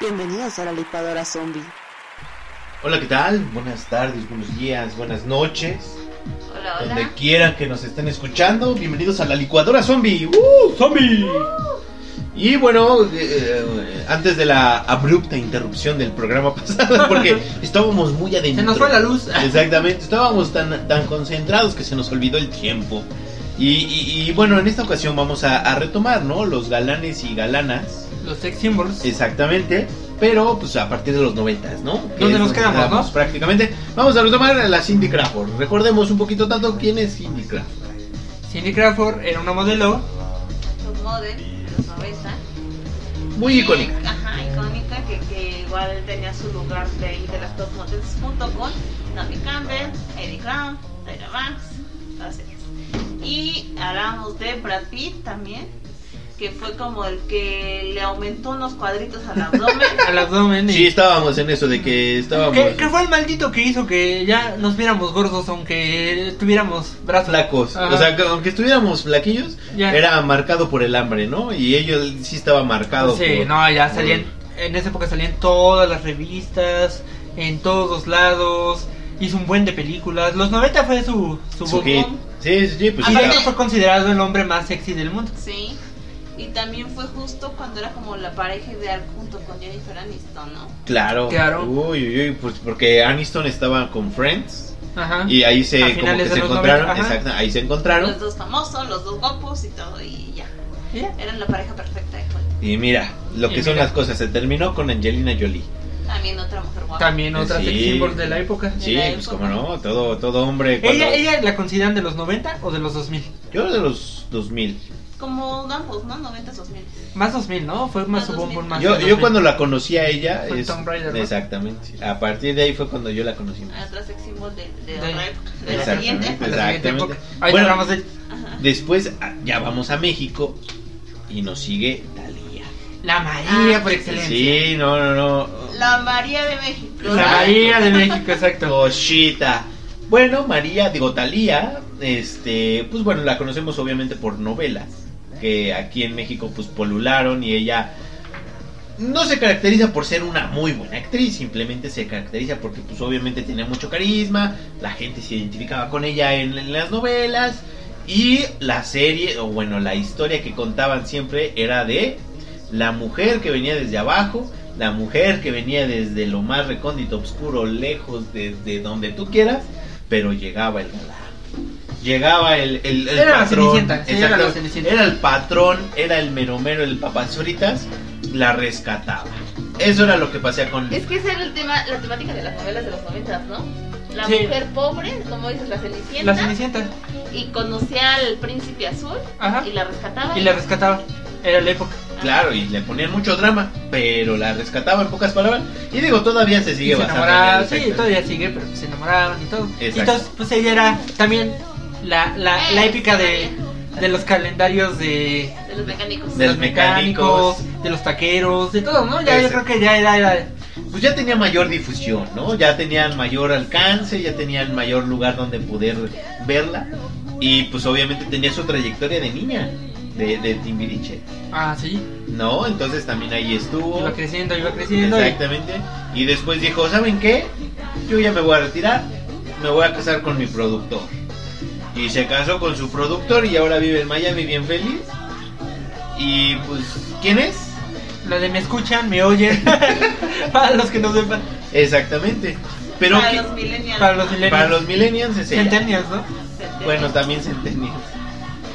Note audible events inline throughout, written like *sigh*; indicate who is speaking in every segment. Speaker 1: Bienvenidos a la licuadora zombie.
Speaker 2: Hola, ¿qué tal? Buenas tardes, buenos días, buenas noches.
Speaker 3: Hola, hola.
Speaker 2: Donde quiera que nos estén escuchando, bienvenidos a la licuadora zombie. ¡Uh, zombie!
Speaker 3: ¡Uh!
Speaker 2: Y bueno, eh, eh, antes de la abrupta interrupción del programa *laughs* pasado, porque estábamos muy adentro.
Speaker 3: Se nos fue la luz. *laughs*
Speaker 2: Exactamente, estábamos tan, tan concentrados que se nos olvidó el tiempo. Y, y- y bueno, en esta ocasión vamos a, a retomar, ¿no? Los galanes y galanas.
Speaker 3: Los sex symbols.
Speaker 2: Exactamente. Pero pues a partir de los noventas, ¿no? Que
Speaker 3: ¿Dónde
Speaker 2: es
Speaker 3: nos quedamos, no?
Speaker 2: Prácticamente. Vamos a retomar a la Cindy Crawford. Recordemos un poquito tanto quién es Cindy Crawford.
Speaker 3: Cindy Crawford era una modelo.
Speaker 4: Top Model de los 90.
Speaker 2: Muy icónica.
Speaker 4: Y, Ajá, icónica, que, que igual tenía su lugar de ahí de las Top Models junto con Naomi Campbell, Eddie Brown, Tyra Banks, todas ellas. Y hablamos de Brad Pitt también, que fue como el que le aumentó unos cuadritos al abdomen.
Speaker 2: *laughs*
Speaker 3: Al abdomen. y-
Speaker 2: Sí, estábamos en eso de que estábamos
Speaker 3: que, que fue el maldito que hizo que ya nos viéramos gordos, aunque tuviéramos brazos.
Speaker 2: flacos.
Speaker 3: Ajá.
Speaker 2: O sea, que aunque estuviéramos flaquillos,
Speaker 3: Ya.
Speaker 2: era marcado por el hambre, ¿no? Y ellos sí estaba marcado.
Speaker 3: Sí,
Speaker 2: por-
Speaker 3: no, ya
Speaker 2: por-
Speaker 3: salían. En esa época salían todas las revistas, en todos los lados. Hizo un buen de películas. Los 90 fue su. Su,
Speaker 2: Su
Speaker 3: boom.
Speaker 2: hit. Sí, sí, sí, pues sí,
Speaker 3: Aparte
Speaker 2: estaba-
Speaker 3: fue considerado el hombre más sexy del mundo.
Speaker 4: sí. Y también fue justo cuando era como la pareja ideal junto con Jennifer Aniston, ¿no?
Speaker 2: Claro.
Speaker 3: Claro.
Speaker 2: Uy, uy, uy, pues porque Aniston estaba con Friends.
Speaker 3: Ajá.
Speaker 2: Y ahí se,
Speaker 3: Ah. A
Speaker 2: como
Speaker 3: finales
Speaker 2: que
Speaker 3: de
Speaker 2: se
Speaker 3: los
Speaker 2: encontraron.
Speaker 3: 90, ajá.
Speaker 2: exacto, ahí se encontraron.
Speaker 4: Los dos famosos, los dos guapos y todo, y ya.
Speaker 3: Y ya.
Speaker 4: Eran la pareja perfecta de Hollywood.
Speaker 2: Y mira, lo
Speaker 3: Y
Speaker 2: que son
Speaker 3: mira.
Speaker 2: las cosas, se terminó con Angelina Jolie.
Speaker 4: También otra mujer guapa.
Speaker 3: También otra
Speaker 2: Sí.
Speaker 3: sex symbol de la época.
Speaker 4: De
Speaker 2: Sí,
Speaker 4: la
Speaker 2: pues
Speaker 4: época.
Speaker 2: como no, todo, todo hombre. cuando-
Speaker 3: ¿Ella, ¿Ella la consideran de los 90 o de los 2000?
Speaker 2: Yo de los 2000.
Speaker 4: Como ambos, ¿no? 90 2000.
Speaker 3: Más 2000, ¿no? Fue más
Speaker 4: Más
Speaker 3: su boom,
Speaker 4: 2000.
Speaker 3: boom, más
Speaker 2: Yo,
Speaker 3: 2000.
Speaker 2: yo cuando la conocí a ella.
Speaker 3: Fue Tomb Raider, ¿no? Ah,
Speaker 2: Exactamente. A partir de ahí fue cuando yo la conocí.
Speaker 4: Otra sex symbol de, de,
Speaker 3: De-
Speaker 4: otra época. De la
Speaker 2: Exactamente.
Speaker 4: siguiente.
Speaker 3: A la siguiente
Speaker 2: Exactamente.
Speaker 3: época. Ahí
Speaker 2: Bueno.
Speaker 3: hablamos de
Speaker 2: Después ah, ya vamos a México y nos sigue Talía.
Speaker 3: la María
Speaker 4: Ah,
Speaker 3: por excelencia.
Speaker 2: Sí, no, no, no.
Speaker 4: La María de México.
Speaker 3: La María de México, exacto.
Speaker 2: Toshita. Bueno, María, digo, Talía, este, pues bueno, la conocemos obviamente por novelas, que aquí en México pues polularon y ella no se caracteriza por ser una muy buena actriz, simplemente se caracteriza porque pues obviamente tenía mucho carisma, la gente se identificaba con ella en, en las novelas y la serie, o bueno, la historia que contaban siempre era de la mujer que venía desde abajo, la mujer que venía desde lo más recóndito, oscuro, lejos, desde donde tú quieras, pero llegaba el galán. Llegaba el, el, el
Speaker 3: Era la
Speaker 2: patrón.
Speaker 3: Cenicienta, sí, era la
Speaker 2: Exacto.
Speaker 3: Cenicienta.
Speaker 2: Era el patrón, era el meromero, el papasuritas, la rescataba. Eso era lo que pasaba con...
Speaker 4: Es que ese era el tema, la temática de las novelas de los 90, ¿no? La
Speaker 3: Sí.
Speaker 4: mujer pobre, como dices, la cenicienta,
Speaker 3: La Cenicienta.
Speaker 4: y conocía al príncipe azul
Speaker 3: Ajá.
Speaker 4: y la rescataba.
Speaker 3: Y la rescataba. Era la época.
Speaker 2: Claro, y le ponían mucho drama, pero la rescataba en pocas palabras. Y digo, todavía se
Speaker 3: Y
Speaker 2: sigue
Speaker 3: se
Speaker 2: basando en
Speaker 3: enamoraba.
Speaker 2: el
Speaker 3: Sí,
Speaker 2: sexo.
Speaker 3: todavía sigue, pero se enamoraban y todo.
Speaker 2: Exacto.
Speaker 3: Entonces, pues ella era también la,
Speaker 4: Eh,
Speaker 3: la, la épica de, de los calendarios de,
Speaker 4: de los mecánicos.
Speaker 2: De-
Speaker 3: los mecánicos, de los taqueros, de todo, ¿no? Ya yo
Speaker 2: Exacto.
Speaker 3: creo que ya era, era
Speaker 2: Pues ya tenía mayor difusión, ¿no? Ya tenían mayor alcance, ya tenían mayor lugar donde poder verla. Y pues obviamente tenía su trayectoria de niña, de, de Timbiriche,
Speaker 3: Ah, sí.
Speaker 2: ¿no? Entonces también ahí estuvo.
Speaker 3: Iba creciendo, iba creciendo. y-
Speaker 2: Exactamente. Y después dijo, ¿saben qué? Yo ya me voy a retirar, me voy a casar con mi productor. Y se casó con su productor y ahora vive en Miami bien feliz. Y pues, ¿quién es?
Speaker 3: La de me escuchan,
Speaker 2: *laughs*
Speaker 3: me oyen. para los que no sepan.
Speaker 2: Exactamente. Pero
Speaker 4: para
Speaker 2: que-
Speaker 4: los millennials.
Speaker 3: Para los millennials.
Speaker 2: para los millennials es ella.
Speaker 3: Centennials, ¿no?
Speaker 2: Bueno, también centennials.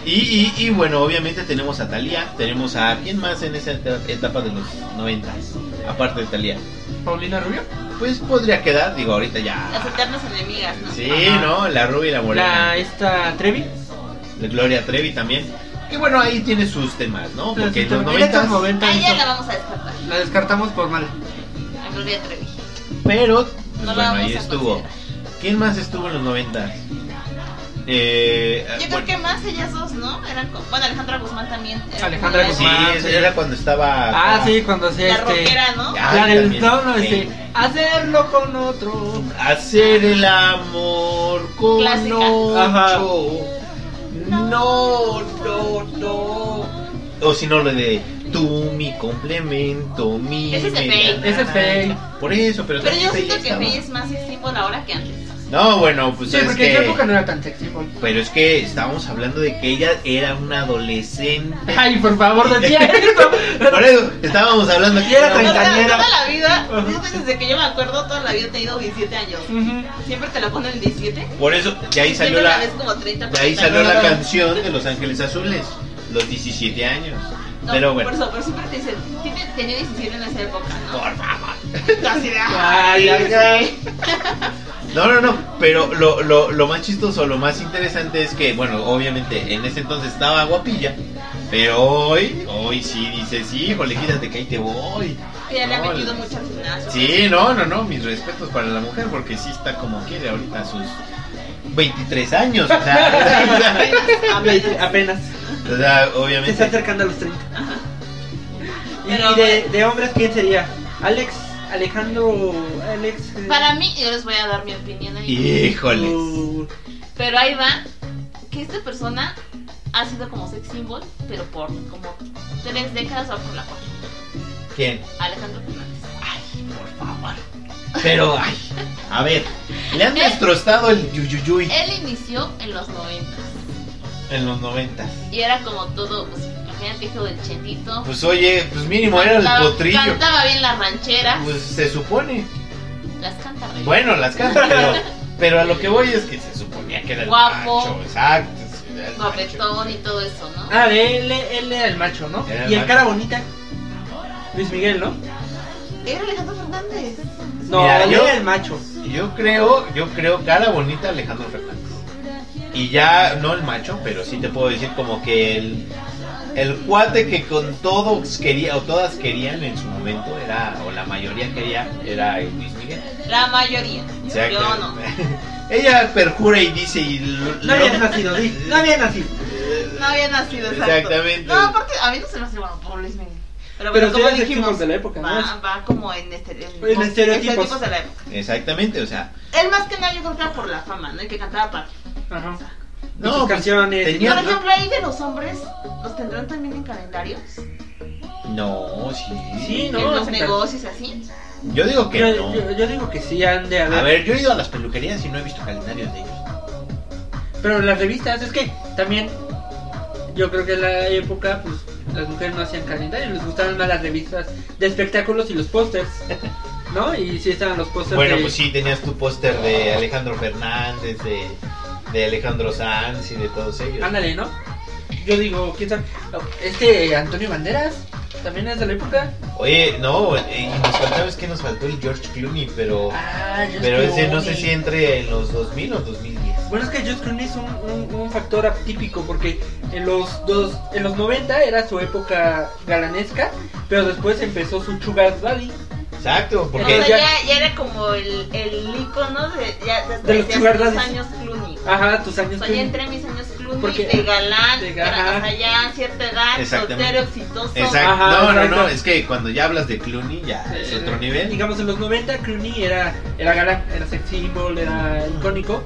Speaker 2: Y, y, y bueno, obviamente tenemos a Talía, tenemos a quién más en esa eta- etapa de los 90, aparte de Talía.
Speaker 3: Paulina Rubio.
Speaker 2: Pues podría quedar, digo, ahorita
Speaker 4: Las
Speaker 2: ya.
Speaker 4: eternas enemigas, ¿no?
Speaker 2: Sí,
Speaker 3: Ajá.
Speaker 2: ¿no? La rubia y la morena.
Speaker 3: La esta Trevi.
Speaker 2: La Gloria Trevi también. Y bueno, ahí tiene sus temas, ¿no? Porque en los
Speaker 3: Era estos
Speaker 2: 90
Speaker 4: A ella la
Speaker 3: la...
Speaker 4: vamos a descartar.
Speaker 3: descartamos por mal.
Speaker 4: A Gloria Trevi.
Speaker 2: pero pues
Speaker 4: No la
Speaker 2: bueno,
Speaker 4: vamos
Speaker 2: ahí
Speaker 4: a
Speaker 2: estuvo.
Speaker 4: considerar.
Speaker 2: ¿Quién más estuvo en los 90? Eh,
Speaker 4: Yo creo
Speaker 2: bueno,
Speaker 4: que más ellas dos, ¿no? Eran co- bueno, Alejandra Guzmán también. era
Speaker 3: Alejandra
Speaker 4: como
Speaker 2: Sí,
Speaker 4: la-
Speaker 3: Guzmán.
Speaker 2: ese era cuando estaba.
Speaker 3: Ah, sí, cuando hacía
Speaker 4: La
Speaker 3: este.
Speaker 4: rockera, ¿no?
Speaker 2: Ya.
Speaker 3: la del
Speaker 2: Ah, también.
Speaker 3: tono, este.
Speaker 2: Sí.
Speaker 3: Hacerlo con otro.
Speaker 2: Hacer el amor con
Speaker 4: Clásica.
Speaker 3: Ajá.
Speaker 2: otro. No, no, no. O si no, lo de tú, mi complemento, mi.
Speaker 4: Ese es de
Speaker 2: media
Speaker 4: Faye.
Speaker 2: naranja.
Speaker 3: Ese es Faye.
Speaker 2: Por eso, pero.
Speaker 4: Pero
Speaker 2: también
Speaker 4: yo
Speaker 2: Faye
Speaker 4: siento
Speaker 2: ya
Speaker 4: que
Speaker 2: estaba.
Speaker 4: Faye es más símbolo ahora que antes.
Speaker 2: No, bueno, pues
Speaker 3: sí,
Speaker 2: es
Speaker 3: porque en
Speaker 2: que.
Speaker 3: su época no era tan sexy.
Speaker 2: *laughs*
Speaker 3: Paul.
Speaker 2: Pero es que estábamos hablando de que ella era una adolescente.
Speaker 3: Ay, por favor, decía
Speaker 2: *laughs*
Speaker 3: esto.
Speaker 2: Por eso estábamos hablando que
Speaker 3: No,
Speaker 2: era
Speaker 4: Toda,
Speaker 2: treintañera.
Speaker 4: toda la vida,
Speaker 3: Ajá.
Speaker 4: desde- desde que yo me acuerdo, toda la vida he tenido 17 años.
Speaker 3: Ujú.
Speaker 4: Siempre te la ponen 17.
Speaker 2: Por eso, de ahí salió
Speaker 4: Siempre
Speaker 2: la.
Speaker 4: ves como 30,
Speaker 2: De ahí
Speaker 4: 40.
Speaker 2: salió la
Speaker 3: Claro.
Speaker 2: canción de Los Ángeles Azules, los 17 años.
Speaker 4: No,
Speaker 2: Pero bueno,
Speaker 4: Por eso, pero siempre te dicen, tiene- tenía 17 en esa época,
Speaker 2: *laughs*
Speaker 4: ¿no?
Speaker 2: por favor.
Speaker 4: Así de,
Speaker 3: ah. Ay, ay, ay.
Speaker 2: No, no, no, pero lo, lo, lo más chistoso, lo más interesante es que, bueno, obviamente en ese entonces estaba guapilla, pero hoy, hoy sí dices, híjole, quítate que ahí te voy.
Speaker 4: Que ya le ha
Speaker 2: No,
Speaker 4: metido mucho al gimnasio.
Speaker 2: Sí, no, no, no, mis respetos para la mujer, porque sí está como quiere ahorita a sus 23 años, o sea,
Speaker 4: *laughs*
Speaker 3: Ape-
Speaker 4: Apenas.
Speaker 3: Apenas.
Speaker 2: o sea,
Speaker 3: Se está
Speaker 2: obviamente.
Speaker 3: acercando a los 30. Y,
Speaker 4: Pero-
Speaker 3: y de, de hombres, ¿quién sería? Alex, Alejandro, Alex. eh,
Speaker 4: Para mí, yo les voy a dar mi opinión ahí.
Speaker 2: Híjole.
Speaker 3: uh,
Speaker 4: Pero ahí va que esta persona ha sido como sex symbol, pero por como tres décadas o por la cuarta.
Speaker 2: ¿Quién?
Speaker 4: Alejandro Fernández.
Speaker 2: Por favor. Pero, ay, a ver, le
Speaker 4: Eh.
Speaker 2: han destrozado el yuyuyuy
Speaker 4: Él inició en los 90
Speaker 2: en los noventas.
Speaker 4: y era como todo, pues, imagínate, hijo del chetito.
Speaker 2: Pues oye, pues mínimo era el
Speaker 4: Cantaba-
Speaker 2: potrillo.
Speaker 4: Cantaba bien las rancheras,
Speaker 2: Pues se supone.
Speaker 4: las canta re bien.
Speaker 2: Bueno, las canta, pero, pero a lo que voy es que se suponía que era el
Speaker 4: Guapo.
Speaker 2: macho, exacto. sí, era el macho.
Speaker 4: guapetón y todo eso, ¿no?
Speaker 3: Ah, de él, él era el macho, ¿no?
Speaker 2: Era el
Speaker 3: y el
Speaker 2: macho.
Speaker 3: cara bonita. Luis Miguel, ¿no?
Speaker 4: Era Alejandro Fernández.
Speaker 3: No,
Speaker 2: Mira,
Speaker 3: él
Speaker 2: yo-
Speaker 3: era el macho.
Speaker 2: Yo creo, yo creo cara bonita Alejandro Fernández. Y ya, no el macho, pero sí te puedo decir como que el, el cuate que con todos quería, o todas querían en su momento, era, o la mayoría quería, era Luis Miguel.
Speaker 4: La mayoría.
Speaker 2: O sea, que-
Speaker 4: Yo no.
Speaker 2: *laughs* Ella perjura y dice y lo-
Speaker 3: No había
Speaker 2: lo-
Speaker 3: nacido, di. No había nacido.
Speaker 4: No había nacido, exacto.
Speaker 2: Exactamente.
Speaker 4: No, aparte, a mí no se me hace bueno por Luis Miguel. Pero,
Speaker 3: Pero
Speaker 4: bueno,
Speaker 3: sí
Speaker 4: como
Speaker 3: era el
Speaker 4: dijimos,
Speaker 3: símbolo de la época, ¿no?
Speaker 4: va, va como en, este, en,
Speaker 3: En estereotipos.
Speaker 4: de la época.
Speaker 2: Exactamente, o sea,
Speaker 4: Él más que nada yo creo que era por la fama, ¿no? Y que cantaba para.
Speaker 3: Ajá.
Speaker 2: no,
Speaker 3: Muchas
Speaker 2: pues,
Speaker 3: canciones.
Speaker 2: tenía-
Speaker 4: Por ejemplo, ahí de los hombres, ¿los tendrán también en calendarios?
Speaker 2: no, sí.
Speaker 3: Sí, no.
Speaker 4: en los
Speaker 3: sí,
Speaker 4: negocios y así.
Speaker 2: Yo digo que
Speaker 3: Yo,
Speaker 2: no.
Speaker 3: yo- yo digo que sí, han de haber.
Speaker 2: A ver, yo he ido a las peluquerías y no he visto calendarios de ellos.
Speaker 3: Pero las revistas, es que también yo creo que en la época, pues las mujeres no hacían calendario, les gustaban más las revistas de espectáculos y los pósters, ¿no? Y sí estaban los pósters.
Speaker 2: Bueno,
Speaker 3: de-
Speaker 2: pues sí, tenías tu póster de Alejandro Fernández, de, de Alejandro Sanz y de todos ellos.
Speaker 3: Ándale, ¿no? Yo digo, ¿quién sabe? Este Antonio Banderas también es de la época.
Speaker 2: Oye, no, eh, y nos faltaba, es que nos faltó el George Clooney, pero,
Speaker 3: Ah, George
Speaker 2: pero ese no
Speaker 3: Clooney.
Speaker 2: sé si entre en los 2000 o 2010.
Speaker 3: Bueno, es que George Clooney es un, un- un factor atípico porque en los dos, en los 90 era su época galanesca, pero después empezó su Sugar Daddy.
Speaker 2: Exacto,
Speaker 4: O
Speaker 2: porque
Speaker 4: sea,
Speaker 3: Ya-
Speaker 4: ya, ya era como el, el icono de, ya, desde
Speaker 3: De los
Speaker 4: hacía
Speaker 3: sugar
Speaker 4: unos
Speaker 3: daddies.
Speaker 4: años Clooney.
Speaker 3: Ajá, tus
Speaker 4: O
Speaker 3: años.
Speaker 4: sea,
Speaker 3: Clooney.
Speaker 4: ya entre mis años Clooney
Speaker 3: Porque-
Speaker 4: de galán,
Speaker 3: de
Speaker 4: de
Speaker 3: galán.
Speaker 4: galán. o sea, ya a cierta edad,
Speaker 2: Exactamente.
Speaker 4: soltero, exitoso.
Speaker 2: Exacto.
Speaker 3: Ajá,
Speaker 2: no, no, no,
Speaker 3: exacto.
Speaker 2: es que cuando ya hablas de Clooney ya es otro nivel.
Speaker 3: Digamos, en los 90 Clooney era, era galán, era sex symbol, era icónico.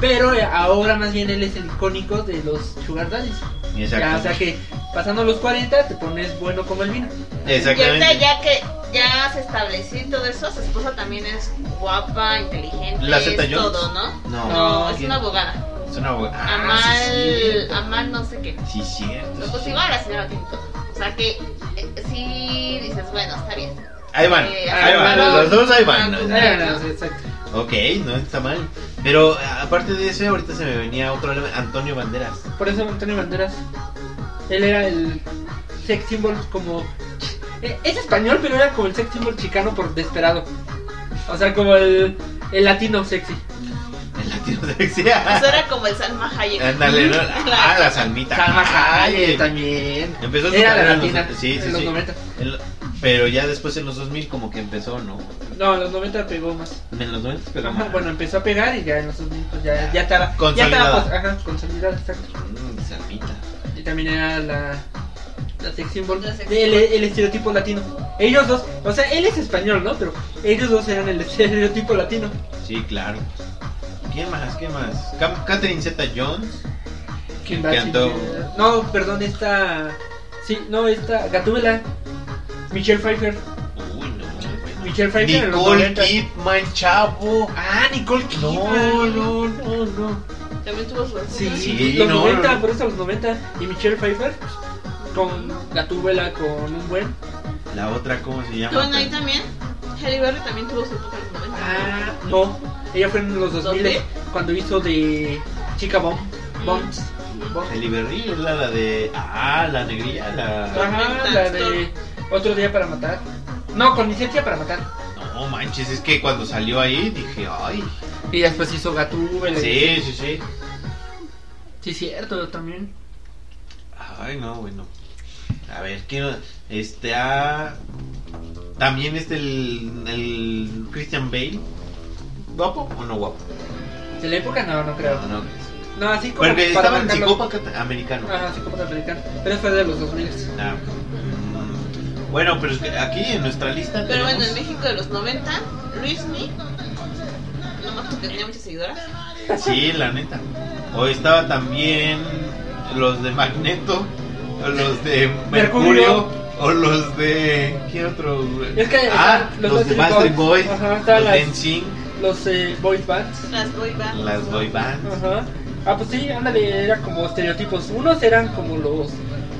Speaker 3: Pero eh, ahora más bien él es el icónico de los Sugar Daddies. Ya, o sea
Speaker 2: Exactamente.
Speaker 3: que pasando los 40 te pones bueno como el vino.
Speaker 4: Y ahorita
Speaker 2: Exactamente.
Speaker 4: ya que ya se estableció y todo eso, su esposa también es guapa, inteligente,
Speaker 2: ¿La Zeta
Speaker 4: es
Speaker 2: Jones?
Speaker 4: todo, ¿no?
Speaker 2: No,
Speaker 4: No, es
Speaker 2: ¿quién?
Speaker 4: una abogada.
Speaker 2: Es una abogada. Ah,
Speaker 4: Amal,
Speaker 2: sí, cierto.
Speaker 4: Amal no sé qué.
Speaker 2: Sí, cierto,
Speaker 4: Pero
Speaker 2: sí,
Speaker 4: pues
Speaker 2: cierto.
Speaker 4: igual la señora tiene todo. O sea que eh, sí dices, bueno, está bien.
Speaker 2: Ahí van,
Speaker 4: Eh,
Speaker 2: ahí van,
Speaker 3: Amal-
Speaker 2: los dos ahí van.
Speaker 4: Ah,
Speaker 2: o sea,
Speaker 4: Amal-
Speaker 3: Era, Eh, exacto.
Speaker 2: Ok, no está mal. Pero a- aparte de ese, ahorita se me venía otro nombre, Antonio Banderas.
Speaker 3: Por eso Antonio Banderas. Él era el sex symbol como. eh, Es español, pero era como el sex symbol chicano por desesperado. O sea, como el, el latino sexy.
Speaker 2: El latino
Speaker 4: Eso
Speaker 2: *laughs* de
Speaker 4: Pues era como el Salma Hayek.
Speaker 2: Ándale,
Speaker 4: *laughs*
Speaker 2: ¿no?
Speaker 4: La-
Speaker 2: Ah, la salmita.
Speaker 3: Salma
Speaker 2: Ay,
Speaker 3: Hayek también.
Speaker 2: Empezó su
Speaker 3: Era
Speaker 2: carrera
Speaker 3: la
Speaker 2: en los-
Speaker 3: latina.
Speaker 2: sí, sí,
Speaker 3: en los
Speaker 2: sí.
Speaker 3: 90.
Speaker 2: El- Pero ya después en los 2000 como que empezó, ¿no?
Speaker 3: No, en los 90 pegó más.
Speaker 2: En los 90 pero...
Speaker 3: Ajá, bueno, empezó a pegar y ya en los 2000 pues ya, ya estaba.
Speaker 2: Consolidada.
Speaker 3: Ya estaba, pues, ajá, consolidada, exacto.
Speaker 2: Mm, salmita.
Speaker 3: Y también era la. La sex symbol.
Speaker 4: La sex
Speaker 3: El, el estereotipo latino. Ellos dos, o sea, él es español, ¿no? Pero ellos dos eran el *laughs* estereotipo latino.
Speaker 2: Sí, claro. ¿Quién más? ¿Quién más? Cam- Catherine Zeta-Jones.
Speaker 3: ¿Quién
Speaker 2: Que cantó-
Speaker 3: No, perdón, esta. Sí, no, esta. Gatúbela. Michelle Pfeiffer.
Speaker 2: Uy, no. güey.
Speaker 3: Michelle Pfeiffer en los
Speaker 2: Nicole
Speaker 3: 90.
Speaker 2: Kidman, chavo.
Speaker 3: Ah, Nicole Kidman.
Speaker 2: No, no, no, no.
Speaker 4: También tuvo su
Speaker 3: Sí,
Speaker 2: Ah. Sí,
Speaker 3: los
Speaker 2: no,
Speaker 3: 90,
Speaker 2: no.
Speaker 3: por eso los 90. Y Michelle Pfeiffer con Gatúbela, con un buen.
Speaker 2: La otra, ¿cómo se llama?
Speaker 4: Bueno, ahí también. Halle Berry también tuvo su época en los 90.
Speaker 3: Ah, no. Ella fue en los 2000
Speaker 4: ¿Dónde?
Speaker 3: cuando hizo de Chica Bomb. Bombs. Bomb.
Speaker 2: Halle Berry es la, la de... Ah, la negrilla, la...
Speaker 3: Ajá, la de Otro Día para Matar. No, con licencia para matar.
Speaker 2: No manches, es que cuando salió ahí dije, ay.
Speaker 3: Y después hizo Gatúbela.
Speaker 2: Sí, sí, sí.
Speaker 3: Sí, cierto, también.
Speaker 2: Ay, no, bueno. A ver, quiero. Este, ah. También este, el, el Christian Bale. ¿Guapo o no guapo?
Speaker 3: ¿De la época? No, no creo.
Speaker 2: No, no.
Speaker 3: No, así como
Speaker 2: Porque
Speaker 3: para
Speaker 2: estaba en
Speaker 3: marcarlo.
Speaker 2: psicópata americano.
Speaker 3: Ajá, psicópata americano. Pero fue de los 2000.
Speaker 2: Ah, mm. Bueno, pero es que aquí en nuestra lista.
Speaker 4: Pero bueno, en
Speaker 2: tenemos-
Speaker 4: México de los 90, Luis Mi, nomás porque tenía muchas seguidoras.
Speaker 2: *laughs* Sí, la neta. O estaba también los de Magneto, o los de Mercurio,
Speaker 3: Mercurio.
Speaker 2: o los de. ¿Qué otro? güey?
Speaker 3: Es que
Speaker 2: ah,
Speaker 3: estaban
Speaker 2: los,
Speaker 3: los
Speaker 2: de Bastard
Speaker 3: Backstreet Boys.
Speaker 2: Boys,
Speaker 3: Ajá,
Speaker 2: los
Speaker 3: estaban
Speaker 2: de
Speaker 3: las-
Speaker 2: NSYNC,
Speaker 3: Los eh, boys bands.
Speaker 4: Las boy bands.
Speaker 2: las boy bands.
Speaker 3: Ajá. Ah, pues sí, ándale, eran como estereotipos. Unos eran como los,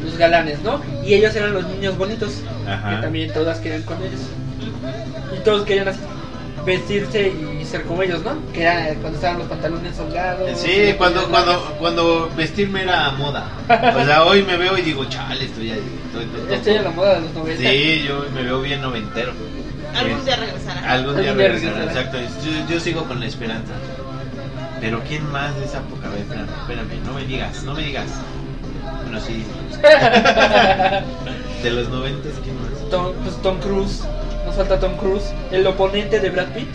Speaker 3: los galanes, ¿no? Y ellos eran los niños bonitos. Que
Speaker 2: Ajá.
Speaker 3: también todas querían con ellos. Y todos querían así vestirse y ser como ellos, ¿no? Que era cuando estaban los pantalones holgados.
Speaker 2: Sí,
Speaker 3: y
Speaker 2: cuando,
Speaker 3: las
Speaker 2: cuando,
Speaker 3: mangas.
Speaker 2: cuando vestirme era moda. O sea, hoy me veo y digo, chale, estoy ahí. Estoy, estoy-
Speaker 3: Estoy en la moda de los 90.
Speaker 2: Sí, yo me veo bien noventero.
Speaker 4: Algún día regresará.
Speaker 2: Algún día
Speaker 3: Algún día
Speaker 2: regresará,
Speaker 3: regresará.
Speaker 2: exacto. Yo, yo sigo con la esperanza. Pero ¿quién más de esa época? A ver, espérame, espérame, no me digas, no me digas. Bueno,
Speaker 3: *laughs*
Speaker 2: sí, de los noventas, ¿quién más?
Speaker 3: Tom, pues Tom Cruise. Nos falta Tom Cruise, el oponente de Brad Pitt.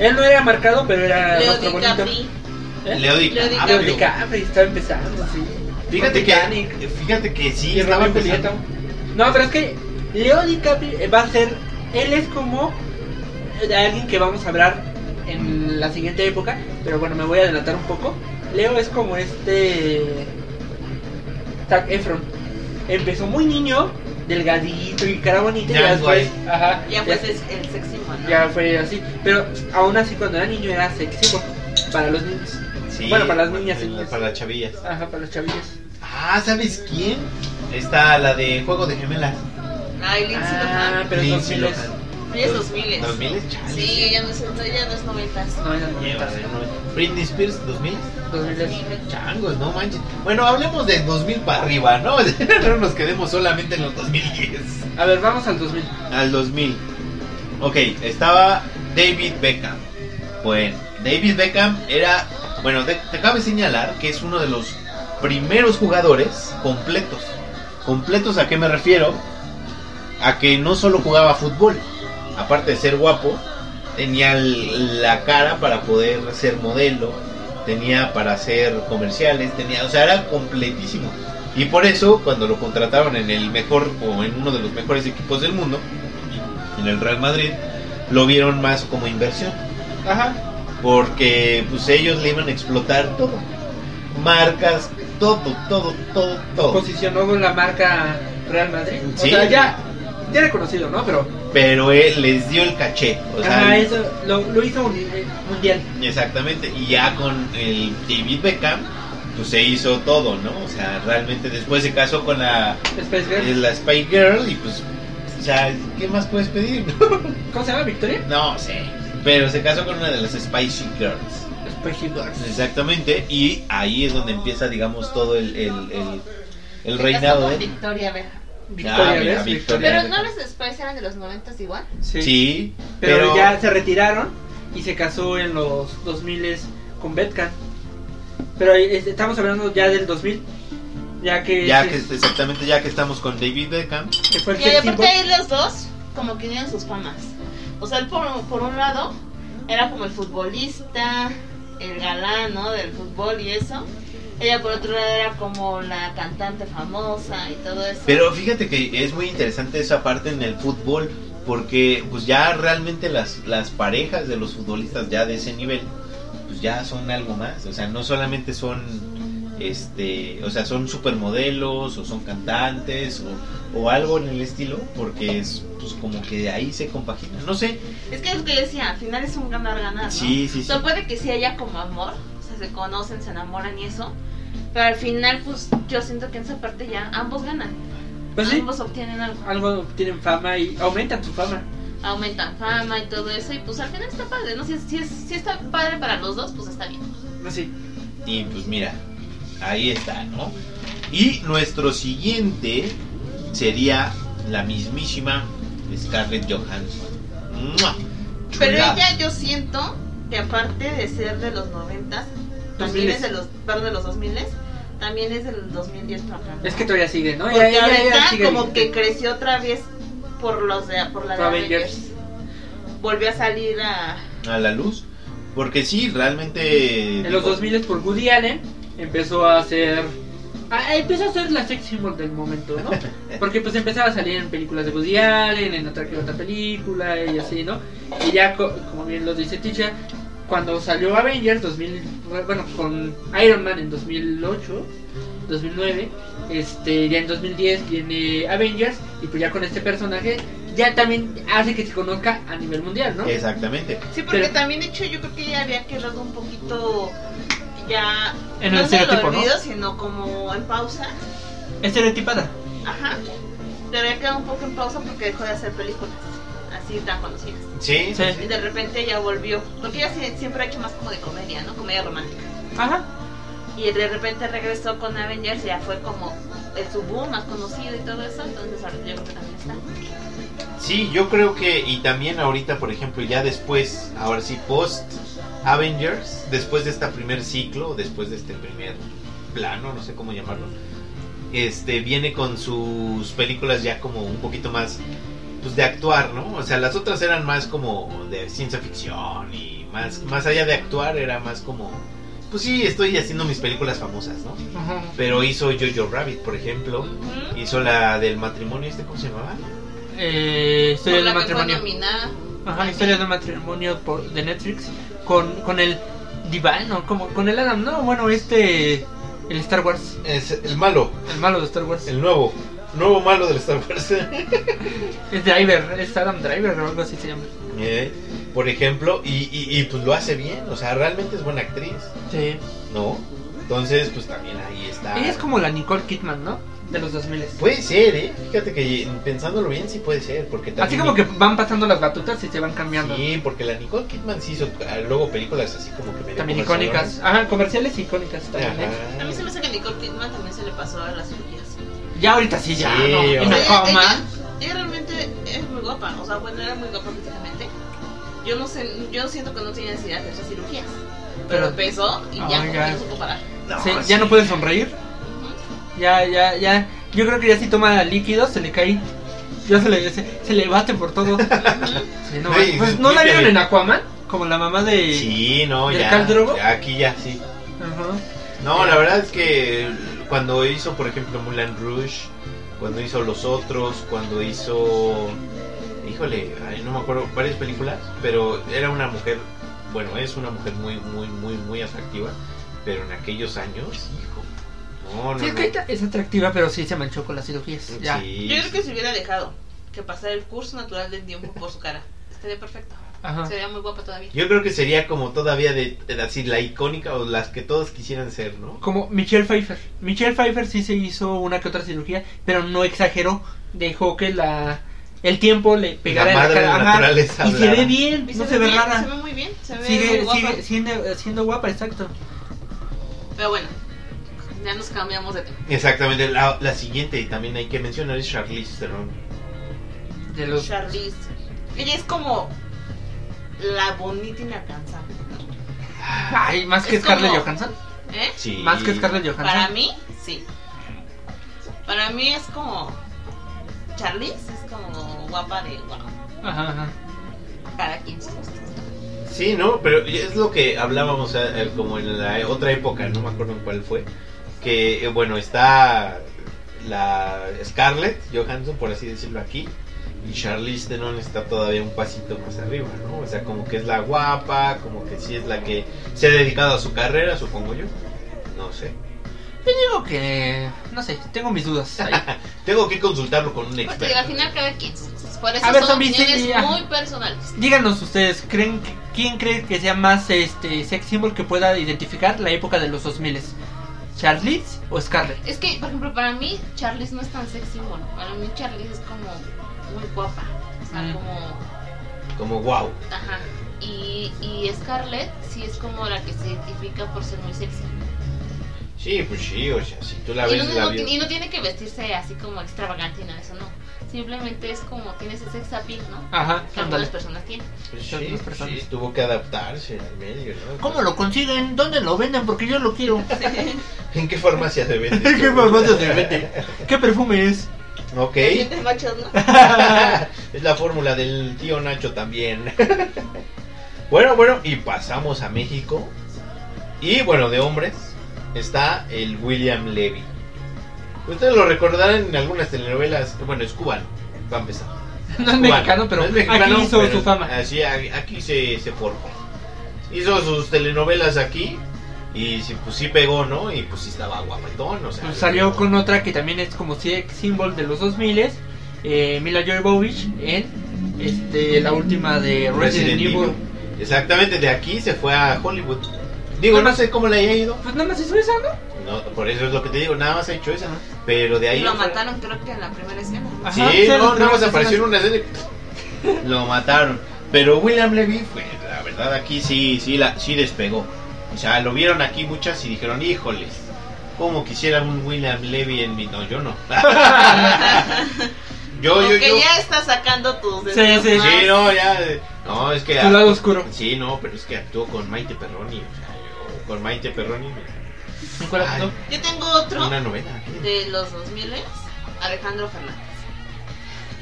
Speaker 3: Él no era marcado, pero era
Speaker 4: Leo
Speaker 3: nuestro bonito.
Speaker 4: DiCaprio.
Speaker 3: ¿Eh?
Speaker 2: Leo DiCaprio.
Speaker 3: Leo DiCaprio estaba empezando, sí.
Speaker 2: Ah, Fíjate
Speaker 3: Con Titanic.
Speaker 2: que, fíjate que sí,
Speaker 3: Y
Speaker 2: estaba
Speaker 3: Romeo y Julieta.
Speaker 2: empezando.
Speaker 3: No, pero es que Leo DiCaprio eh, va a ser. Él es como de alguien que vamos a hablar en la siguiente época. Pero bueno, me voy a adelantar un poco. Leo es como este. Zac Efron. Empezó muy niño, delgadito y cara bonita.
Speaker 2: Ya
Speaker 3: y después. Ajá,
Speaker 4: Ya pues es el sexy mono.
Speaker 3: ya fue así. Pero aún así, cuando era niño era sexy para los niños.
Speaker 2: Sí,
Speaker 3: Bueno, para las niñas,
Speaker 2: Para,
Speaker 3: niñas.
Speaker 2: para las chavillas.
Speaker 3: Ajá, para los chavillos.
Speaker 2: Ah, ¿sabes quién? Está la de Juego de Gemelas.
Speaker 4: Ay, Lindsay
Speaker 3: Ah,
Speaker 4: Lohan.
Speaker 3: pero
Speaker 2: Lindsay
Speaker 3: los miles.
Speaker 2: Lohan.
Speaker 4: Ella es 2000.
Speaker 2: 2000, chale.
Speaker 4: Sí, ella no es, ella no es 90.
Speaker 3: No, eran
Speaker 2: Lleva,
Speaker 3: noventas.
Speaker 2: ¿no? Britney Spears, 2000.
Speaker 3: Dos miles.
Speaker 2: Changos, no manches. Bueno, hablemos de 2000 para arriba, ¿no? *laughs* No nos quedemos solamente en los 2010.
Speaker 3: A ver, vamos al 2000.
Speaker 2: Al 2000. Ok, estaba David Beckham. Bueno, David Beckham era. Bueno, de- te cabe señalar que es uno de los primeros jugadores completos. ¿Completos a qué me refiero? A que no solo jugaba fútbol, aparte de ser guapo, tenía l- la cara para poder ser modelo, tenía para hacer comerciales, tenía, o sea, era completísimo. Y por eso, cuando lo contrataron en el mejor o en uno de los mejores equipos del mundo, en el Real Madrid, lo vieron más como inversión,
Speaker 3: Ajá.
Speaker 2: porque pues ellos le iban a explotar todo. Marcas, todo, todo, todo, todo.
Speaker 3: Oh. Posicionó con la marca Real Madrid.
Speaker 2: Sí.
Speaker 3: Pues, O sea, ya, ya reconocido, ¿no? Pero
Speaker 2: Pero él les dio el caché. O sea,
Speaker 3: ajá,
Speaker 2: el-
Speaker 3: eso lo, lo hizo un- eh, mundial.
Speaker 2: Exactamente, y ya con el David Beckham, pues se hizo todo, ¿no? O sea, realmente después se casó con la,
Speaker 3: Space Girl.
Speaker 2: la Spy Girl y pues, o sea, ¿qué más puedes pedir? *laughs*
Speaker 3: ¿Cómo se llama? ¿Victoria?
Speaker 2: no sé, pero se casó con una de las Spicy Girls.
Speaker 3: Space Girl.
Speaker 2: Exactamente, y ahí es donde empieza, digamos, todo el, el, el, el
Speaker 5: Se
Speaker 2: reinado
Speaker 5: casó con
Speaker 2: de...
Speaker 5: Victoria Beckham.
Speaker 3: ¿eh? Victoria,
Speaker 2: Ah, mira,
Speaker 3: ¿ves?
Speaker 2: Victoria.
Speaker 5: Pero no los Spice eran de los 90 igual.
Speaker 3: Sí.
Speaker 2: Sí,
Speaker 3: Pero, ya se retiraron y se casó en los 2000 con Betkan. Pero eh, estamos hablando ya del 2000. Ya que,
Speaker 2: ya
Speaker 3: se-
Speaker 2: que exactamente ya que estamos con David Beckham,
Speaker 3: que fue el
Speaker 4: Y
Speaker 3: sex symbol.
Speaker 4: aparte de los dos, como que unían sus famas. O sea, él por, por un lado era como el futbolista, el galán, ¿no? Del fútbol y eso. Ella por otro lado era como la cantante famosa y todo eso.
Speaker 2: Pero fíjate que es muy interesante esa parte en el fútbol, porque pues ya realmente las, las parejas de los futbolistas ya de ese nivel, pues ya son algo más. O sea, no solamente son, este, o sea, son supermodelos o son cantantes o, o algo en el estilo, porque es pues como que de ahí se compagina. No sé,
Speaker 4: Es que es lo que yo decía, al final es un ganar-ganar, ¿no?
Speaker 2: sí, sí,
Speaker 4: O
Speaker 2: sí.
Speaker 4: sea, puede que sí haya como amor, o sea, se conocen, se enamoran y eso. Pero al final, pues yo siento que en esa parte ya ambos ganan.
Speaker 3: Pues sí,
Speaker 4: Ambos obtienen algo.
Speaker 3: algo tienen fama y aumentan su fama.
Speaker 4: Aumentan fama y todo eso. Y pues al final está padre, ¿no? Si, es- si, es- si está padre para los dos, pues está bien.
Speaker 3: Así.
Speaker 2: Y pues mira, ahí está, ¿no? Y nuestro siguiente sería la mismísima Scarlett Johansson. ¡Mua!
Speaker 4: Pero
Speaker 2: Chulada.
Speaker 4: ella, yo siento que aparte de ser de los 90, también
Speaker 3: 2000s.
Speaker 4: es de los, perdón, de los 2000, también es del 2010 para acá.
Speaker 3: Es que todavía sigue, ¿no?
Speaker 4: Porque
Speaker 3: Ya- ya- ya
Speaker 4: ahorita
Speaker 3: sigue
Speaker 4: como que
Speaker 3: vigente.
Speaker 4: creció otra vez por los de por la de
Speaker 3: Avengers.
Speaker 4: Avengers. Volvió a salir a
Speaker 2: a la luz. Porque sí, realmente...
Speaker 3: En los
Speaker 2: digo,
Speaker 3: 2000 por Woody Allen empezó a hacer. a- empezó a ser la sex symbol del momento,
Speaker 4: *laughs*
Speaker 3: ¿no? Porque pues empezaba a salir en películas de Woody Allen, en otra que otra película y así, ¿no? Y ya, co- como bien lo dice Ticha, cuando salió Avengers 2000, bueno, con Iron Man en 2008, 2009, este, ya en 2010 viene Avengers y pues ya con este personaje ya también hace que se conozca a nivel mundial,
Speaker 2: Eh,
Speaker 3: ¿no?
Speaker 2: Exactamente.
Speaker 4: Sí, porque
Speaker 3: Pero-
Speaker 4: también de hecho yo creo que ya había quedado un poquito ya
Speaker 3: En
Speaker 4: no
Speaker 3: el
Speaker 4: en el
Speaker 3: estereotipo, ¿no?
Speaker 4: olvido, sino como en pausa.
Speaker 3: Estereotipada.
Speaker 4: Ajá. Pero había quedado un poco en pausa porque dejó de hacer películas así tan conocidas.
Speaker 2: Sí,
Speaker 3: Sí.
Speaker 4: Y de repente ya volvió, porque ella sie- siempre ha hecho más como de comedia, ¿no? Comedia romántica.
Speaker 3: Ajá.
Speaker 4: Y de repente regresó con Avengers y ya fue como el su boom más conocido y todo eso, entonces ahorita yo creo que también está.
Speaker 2: Sí, yo creo que, y también ahorita, por ejemplo, ya después, ahora sí, post Avengers, después de este primer ciclo, después de este primer plano, no sé cómo llamarlo, este viene con sus películas ya como un poquito más pues, de actuar, ¿no? O sea, las otras eran más como de ciencia ficción y más, más allá de actuar era más como, pues sí, estoy haciendo mis películas famosas, ¿no? Pero hizo Jojo Rabbit, por ejemplo,
Speaker 4: Ujú.
Speaker 2: hizo la del matrimonio, ¿este cómo se llamaba?
Speaker 3: eh, historia
Speaker 4: Por
Speaker 3: del
Speaker 4: la que fue
Speaker 3: matrimonio.
Speaker 4: nominada.
Speaker 3: Ajá, historia del matrimonio por, de Netflix con, con el Divano, como con el Adam, no, bueno, este el Star Wars,
Speaker 2: Es el malo.
Speaker 3: el malo de Star Wars.
Speaker 2: El nuevo, nuevo malo del Star Wars. *laughs*
Speaker 3: Es Driver, es Adam Driver o algo así se llama.
Speaker 2: Eh, por ejemplo, y, y- y, pues lo hace bien, o sea, realmente es buena actriz,
Speaker 3: Sí.
Speaker 2: ¿no? Entonces, pues también ahí está.
Speaker 3: Ella es como la Nicole Kidman, ¿no? De los 2000.
Speaker 2: Puede ser, ¿eh? Fíjate que pensándolo bien sí puede ser, porque
Speaker 3: Así
Speaker 2: también...
Speaker 3: como que van pasando las batutas y se van cambiando.
Speaker 2: Sí, porque la Nicole Kidman sí hizo ah, luego películas así como que medio
Speaker 3: También
Speaker 2: comercialonas.
Speaker 3: icónicas. Ajá, comerciales icónicas también. ¿eh?
Speaker 4: A mí se me
Speaker 2: Ajá.
Speaker 4: hace que Nicole Kidman también se le pasó a las suyas.
Speaker 3: Ya ahorita sí, ya.
Speaker 2: Sí,
Speaker 3: no,
Speaker 2: ahora-
Speaker 3: en la
Speaker 4: Ella-
Speaker 3: coma.
Speaker 4: Ella, ella realmente es muy guapa, o sea, bueno, era muy guapa físicamente. Yo no sé, yo siento que no tenía necesidad de hacer cirugías.
Speaker 3: Pero-
Speaker 4: Pero empezó y ya
Speaker 3: Oh,
Speaker 4: como
Speaker 3: ya.
Speaker 4: que no supo
Speaker 3: *laughs*
Speaker 4: parar.
Speaker 3: Sí, ya no puede sonreír.
Speaker 4: Ujú.
Speaker 3: Ya, ya, ya. Yo creo que ya si toma líquido se le cae. Ya se le, se, se le bate por
Speaker 2: *laughs*
Speaker 3: todo. Sí, no,
Speaker 2: Ay,
Speaker 3: pues, ¿no
Speaker 2: límpiale.
Speaker 3: la vieron en Aquaman? Como la mamá de.
Speaker 2: Sí, no,
Speaker 3: ¿Del
Speaker 2: ya,
Speaker 3: Khal Drogo?
Speaker 2: ya. Aquí ya, sí.
Speaker 3: Ajá.
Speaker 2: No, la verdad es que cuando hizo, por ejemplo, Mulan Rouge, cuando hizo Los Otros, cuando hizo. Híjole, ay, no me acuerdo, varias películas, pero era una mujer. Bueno, es una mujer muy, muy, muy, muy atractiva, pero en aquellos años, hijo. No, no.
Speaker 3: Sí, es
Speaker 2: no.
Speaker 3: que ahorita es atractiva, pero sí se manchó con las cirugías. Ya.
Speaker 2: Sí.
Speaker 4: Yo creo que se hubiera dejado que pasara el curso natural del tiempo por su cara. Estaría perfecto.
Speaker 3: Ajá.
Speaker 4: Sería muy guapa todavía.
Speaker 2: Yo creo que sería como todavía de, de así la icónica o las que todos quisieran ser, ¿no?
Speaker 3: Como Michelle Pfeiffer. Michelle Pfeiffer sí se hizo una que otra cirugía, pero no exageró. Dejó que la. El tiempo le pegara en
Speaker 2: madre
Speaker 3: la cara.
Speaker 2: de la
Speaker 3: Ajá.
Speaker 2: naturaleza
Speaker 3: y se
Speaker 2: hablaba.
Speaker 3: ve bien,
Speaker 4: Y
Speaker 3: no
Speaker 4: ve
Speaker 3: se ve
Speaker 4: bien,
Speaker 3: rara.
Speaker 4: Se ve muy bien, se ve muy
Speaker 3: Sigue,
Speaker 4: guapa.
Speaker 3: sigue siendo, siendo guapa, exacto.
Speaker 4: Pero bueno, ya nos cambiamos de tema.
Speaker 2: Exactamente. La, la siguiente y también hay que mencionar es Charlize Theron.
Speaker 3: De los
Speaker 4: Charlize. Ella es como la bonita inalcanzable.
Speaker 3: Ay, más que
Speaker 4: Es
Speaker 3: Scarlett
Speaker 4: como-
Speaker 3: Johansson.
Speaker 4: ¿Eh?
Speaker 2: Sí.
Speaker 3: Más que Scarlett Johansson.
Speaker 4: Para mí, sí. Para mí es como. Charlize es
Speaker 3: como guapa de wow.
Speaker 5: Ajá, ajá.
Speaker 3: Cada quien sus gustos.
Speaker 2: Sí, ¿no? Pero es lo que hablábamos eh, como en la otra época, no me acuerdo en cuál fue. Que, eh, bueno, está la Scarlett Johansson, por así decirlo aquí. Y Charlize Theron está todavía un pasito más arriba, ¿no? O sea, como que es la guapa, como que sí es la que se ha dedicado a su carrera, supongo yo. No sé.
Speaker 5: Yo digo que. No sé, tengo mis dudas. ahí.
Speaker 2: *laughs* Tengo que consultarlo con un
Speaker 4: Pues te digo, al
Speaker 2: experto.
Speaker 4: final cada quien sus gustos. Por eso
Speaker 5: A ver,
Speaker 4: son
Speaker 5: zombies, sí,
Speaker 4: opiniones
Speaker 5: ya.
Speaker 4: muy personales.
Speaker 5: Díganos ustedes, ¿creen que- ¿quién cree que sea más este sex symbol que pueda identificar la época de los 2000? ¿Charlize o Scarlett?
Speaker 4: Es que, por ejemplo, para mí Charlize no es tan sexy, bueno, para mí Charlize es como muy guapa, o sea,
Speaker 5: Mm.
Speaker 4: como,
Speaker 2: Como wow.
Speaker 4: ajá. Y, y Scarlett sí es como la que se identifica por ser muy sexy.
Speaker 2: Sí, pues sí, o sea, si tú la
Speaker 4: Y
Speaker 2: ves,
Speaker 4: no,
Speaker 2: la
Speaker 4: no-
Speaker 2: vi-
Speaker 4: y no tiene que vestirse así como extravagante y nada, eso no. Simplemente es como tiene ese sex appeal, ¿no?
Speaker 5: Ajá,
Speaker 4: Que
Speaker 5: ándale.
Speaker 4: algunas personas tienen.
Speaker 2: pues
Speaker 5: son
Speaker 2: sí,
Speaker 5: dos personas.
Speaker 2: sí, tuvo que adaptarse al medio, ¿no?
Speaker 5: ¿Cómo lo consiguen? ¿Dónde lo venden? Porque yo lo *laughs* quiero.
Speaker 2: ¿En qué farmacia se
Speaker 5: *laughs*
Speaker 2: vende?
Speaker 5: ¿Qué farmacia se vende? ¿Qué perfume es?
Speaker 2: Ok.
Speaker 3: Calientes machos, ¿no?
Speaker 2: *laughs* es la fórmula del tío Nacho también. *laughs* bueno, bueno, y pasamos a México. Y bueno, de hombres está el William Levy. Ustedes lo recordarán en algunas telenovelas. Bueno, es cubano, va a empezar.
Speaker 5: No es
Speaker 2: Cubano.
Speaker 5: mexicano, pero
Speaker 2: No es mexicano,
Speaker 5: aquí hizo
Speaker 2: pero
Speaker 5: su fama.
Speaker 2: Así, a- aquí se, se forjó. Hizo sus telenovelas aquí. Y sí, pues sí pegó, ¿no? Y pues sí estaba guapetón, o sea.
Speaker 5: Pues salió con otra que también es como sex symbol de los 2000 eh, Mila Jovovich en este, la última de Resident,
Speaker 2: Resident
Speaker 5: Evil.
Speaker 2: Evil. Exactamente, de aquí se fue a Hollywood. Digo, no sé cómo le haya ido.
Speaker 5: Pues nada más hizo esa, ¿no?
Speaker 2: No, por eso es lo que te digo, nada más ha hecho esa. Pero de
Speaker 3: *laughs* Y
Speaker 2: ahí.
Speaker 3: lo
Speaker 2: en fuera-
Speaker 3: mataron, creo que en la primera escena. ¿no?
Speaker 5: Ajá,
Speaker 2: Sí,
Speaker 5: sí, las
Speaker 2: no, nada
Speaker 5: primeras
Speaker 2: más apareció en
Speaker 5: escenas.
Speaker 2: una serie. Lo mataron. Pero William Levy, pues la verdad aquí sí, sí, la, sí despegó. O sea, lo vieron aquí muchas y dijeron, híjoles, ¿cómo quisiera un William Levy en mi... No, yo
Speaker 3: *laughs*
Speaker 2: no. yo, yo,
Speaker 3: Porque
Speaker 2: yo.
Speaker 3: ya estás sacando tus
Speaker 5: Sí,
Speaker 3: deseos
Speaker 5: sí.
Speaker 3: más.
Speaker 2: Sí, no, ya. eh, No, es que.
Speaker 5: Su lado oscuro.
Speaker 2: Sí, no, pero es que actuó con Maite Perroni. O sea, yo con Maite Perroni. mira,
Speaker 5: ¿En cuál
Speaker 2: Ay.
Speaker 5: actuó?
Speaker 3: Yo tengo otro
Speaker 2: Una novela.
Speaker 3: de los 2000 Alejandro Fernández.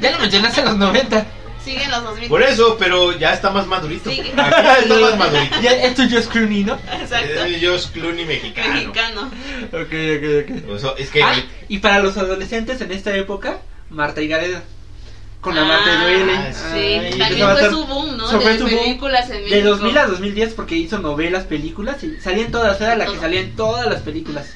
Speaker 5: Ya lo mencionaste en
Speaker 2: *laughs*
Speaker 5: los 90.
Speaker 3: Sigue en los 2000.
Speaker 2: Por eso, pero ya está más madurito. *laughs*
Speaker 3: Sí.
Speaker 2: Acá está más madurito.
Speaker 5: Ya, esto yo es Clooney, ¿no?
Speaker 3: *laughs* Exacto.
Speaker 2: Eh, George Clooney mexicano.
Speaker 3: Mexicano.
Speaker 5: Ok, ok, ok.
Speaker 2: O sea, es que
Speaker 5: Ah, y para los adolescentes en esta época, Marta y Gareda. Con la Marta
Speaker 3: Ah,
Speaker 5: Duele.
Speaker 2: sí.
Speaker 5: Ay,
Speaker 4: También
Speaker 5: empezaba a
Speaker 4: fue
Speaker 5: hacer
Speaker 4: su boom, ¿no?
Speaker 5: Eso fue
Speaker 4: De
Speaker 5: su boom.
Speaker 4: películas en México.
Speaker 5: De 2000 a 2010 porque hizo novelas, películas y salían todas, era la que
Speaker 4: Todo.
Speaker 5: salían todas las películas.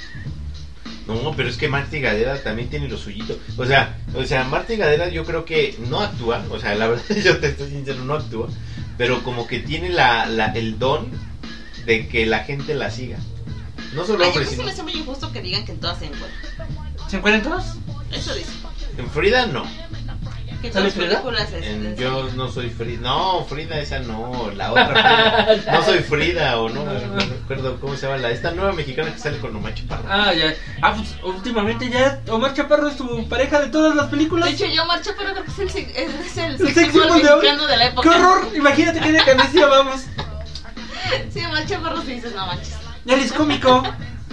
Speaker 2: No, pero es que Marta y Gadera también tiene lo suyito. O sea, o sea, Marta y Gadera yo creo que no actúa. O sea, la *laughs* verdad, yo te estoy sincero, no actúa. Pero como que tiene la, la- el don de que la gente la siga. No solo
Speaker 3: Ay, a mí
Speaker 2: hombres,
Speaker 3: se
Speaker 2: sino.
Speaker 3: me hace muy injusto que digan que en todas se encuentran.
Speaker 5: ¿Se encuentran todas?
Speaker 3: Eso dice.
Speaker 2: En Frida no.
Speaker 3: Que en todas
Speaker 5: ¿Sale
Speaker 3: las
Speaker 5: Frida?
Speaker 3: películas es-
Speaker 2: En
Speaker 3: es-
Speaker 2: yo no soy Frida. No, Frida esa no, la otra Frida. No soy Frida o no, no recuerdo cómo se llama la esta nueva mexicana que sale con Omar Chaparro.
Speaker 5: Ah, ya. Ah, pues últimamente ya Omar Chaparro es tu pareja de todas las películas.
Speaker 4: De
Speaker 5: *laughs*
Speaker 4: hecho, yo marché, pero creo que es el, se- es, es el,
Speaker 5: sex
Speaker 4: sex symbol
Speaker 5: symbol de hoy.
Speaker 4: mexicano de la
Speaker 5: ¡Qué
Speaker 4: época.
Speaker 5: horror! Imagínate que
Speaker 4: *laughs*
Speaker 5: de camisilla vamos.
Speaker 4: Sí, marché, pero sí dices, no manches.
Speaker 5: Ya eres cómico.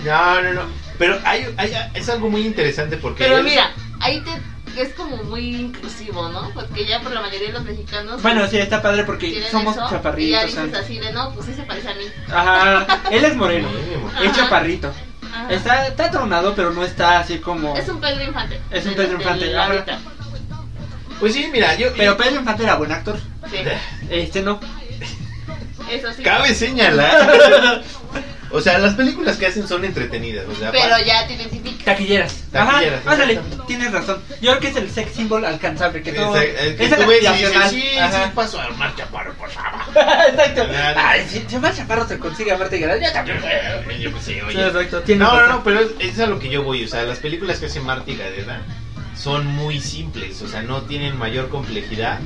Speaker 2: No, no, no. Pero hay, hay- es algo muy interesante porque
Speaker 4: Pero
Speaker 2: él-
Speaker 4: mira, ahí te es como muy inclusivo, ¿no? Porque ya por la mayoría de los mexicanos
Speaker 5: Bueno, sí, está padre porque
Speaker 4: tienen
Speaker 5: somos
Speaker 4: eso, y ya
Speaker 5: chaparritos.
Speaker 4: dices
Speaker 5: ¿sabes?
Speaker 4: así de, no, pues sí se parece a mí.
Speaker 5: Ajá. Él es moreno.
Speaker 2: Mínimo.
Speaker 5: Es
Speaker 4: Ajá.
Speaker 5: chaparrito.
Speaker 4: Ajá.
Speaker 5: Está, está tronado, pero no está así como.
Speaker 4: Es un Pedro Infante.
Speaker 5: Es un
Speaker 4: Del-
Speaker 5: Pedro Infante,
Speaker 4: del
Speaker 5: ajá.
Speaker 4: ahorita.
Speaker 2: Pues sí, mira, yo
Speaker 5: Pero Pedro Infante era buen actor. *laughs*
Speaker 4: Sí,
Speaker 5: Este no.
Speaker 4: eso sí.
Speaker 2: cabe señalar.
Speaker 5: *laughs*
Speaker 2: o sea, las películas que hacen son entretenidas, o sea,
Speaker 4: Pero
Speaker 2: pas-
Speaker 4: ya te identifica.
Speaker 5: Taquilleras.
Speaker 2: Taquilleras,
Speaker 5: Ajá, ándale,
Speaker 2: exactamente.
Speaker 5: tienes razón. Yo creo que es el sex symbol alcanzable que todo.
Speaker 2: Esa- el que
Speaker 5: es el
Speaker 2: tú ves y dices,
Speaker 5: aspiracional.
Speaker 2: sí,
Speaker 5: Ajá.
Speaker 2: sí paso a Omar Chaparro, por favor.
Speaker 5: *laughs* exacto.
Speaker 2: Claro.
Speaker 5: Ay, si, si más chaparro se consigue a Marta Gareda, yo también.
Speaker 2: Yo, pues, sí,
Speaker 5: Sí,
Speaker 2: oye.
Speaker 5: exacto. Tiene
Speaker 2: No, no,
Speaker 5: razón.
Speaker 2: no, pero es, es a lo que yo voy. O sea, las películas que hace Marty Gadeda son muy simples. O sea, no tienen mayor complejidad.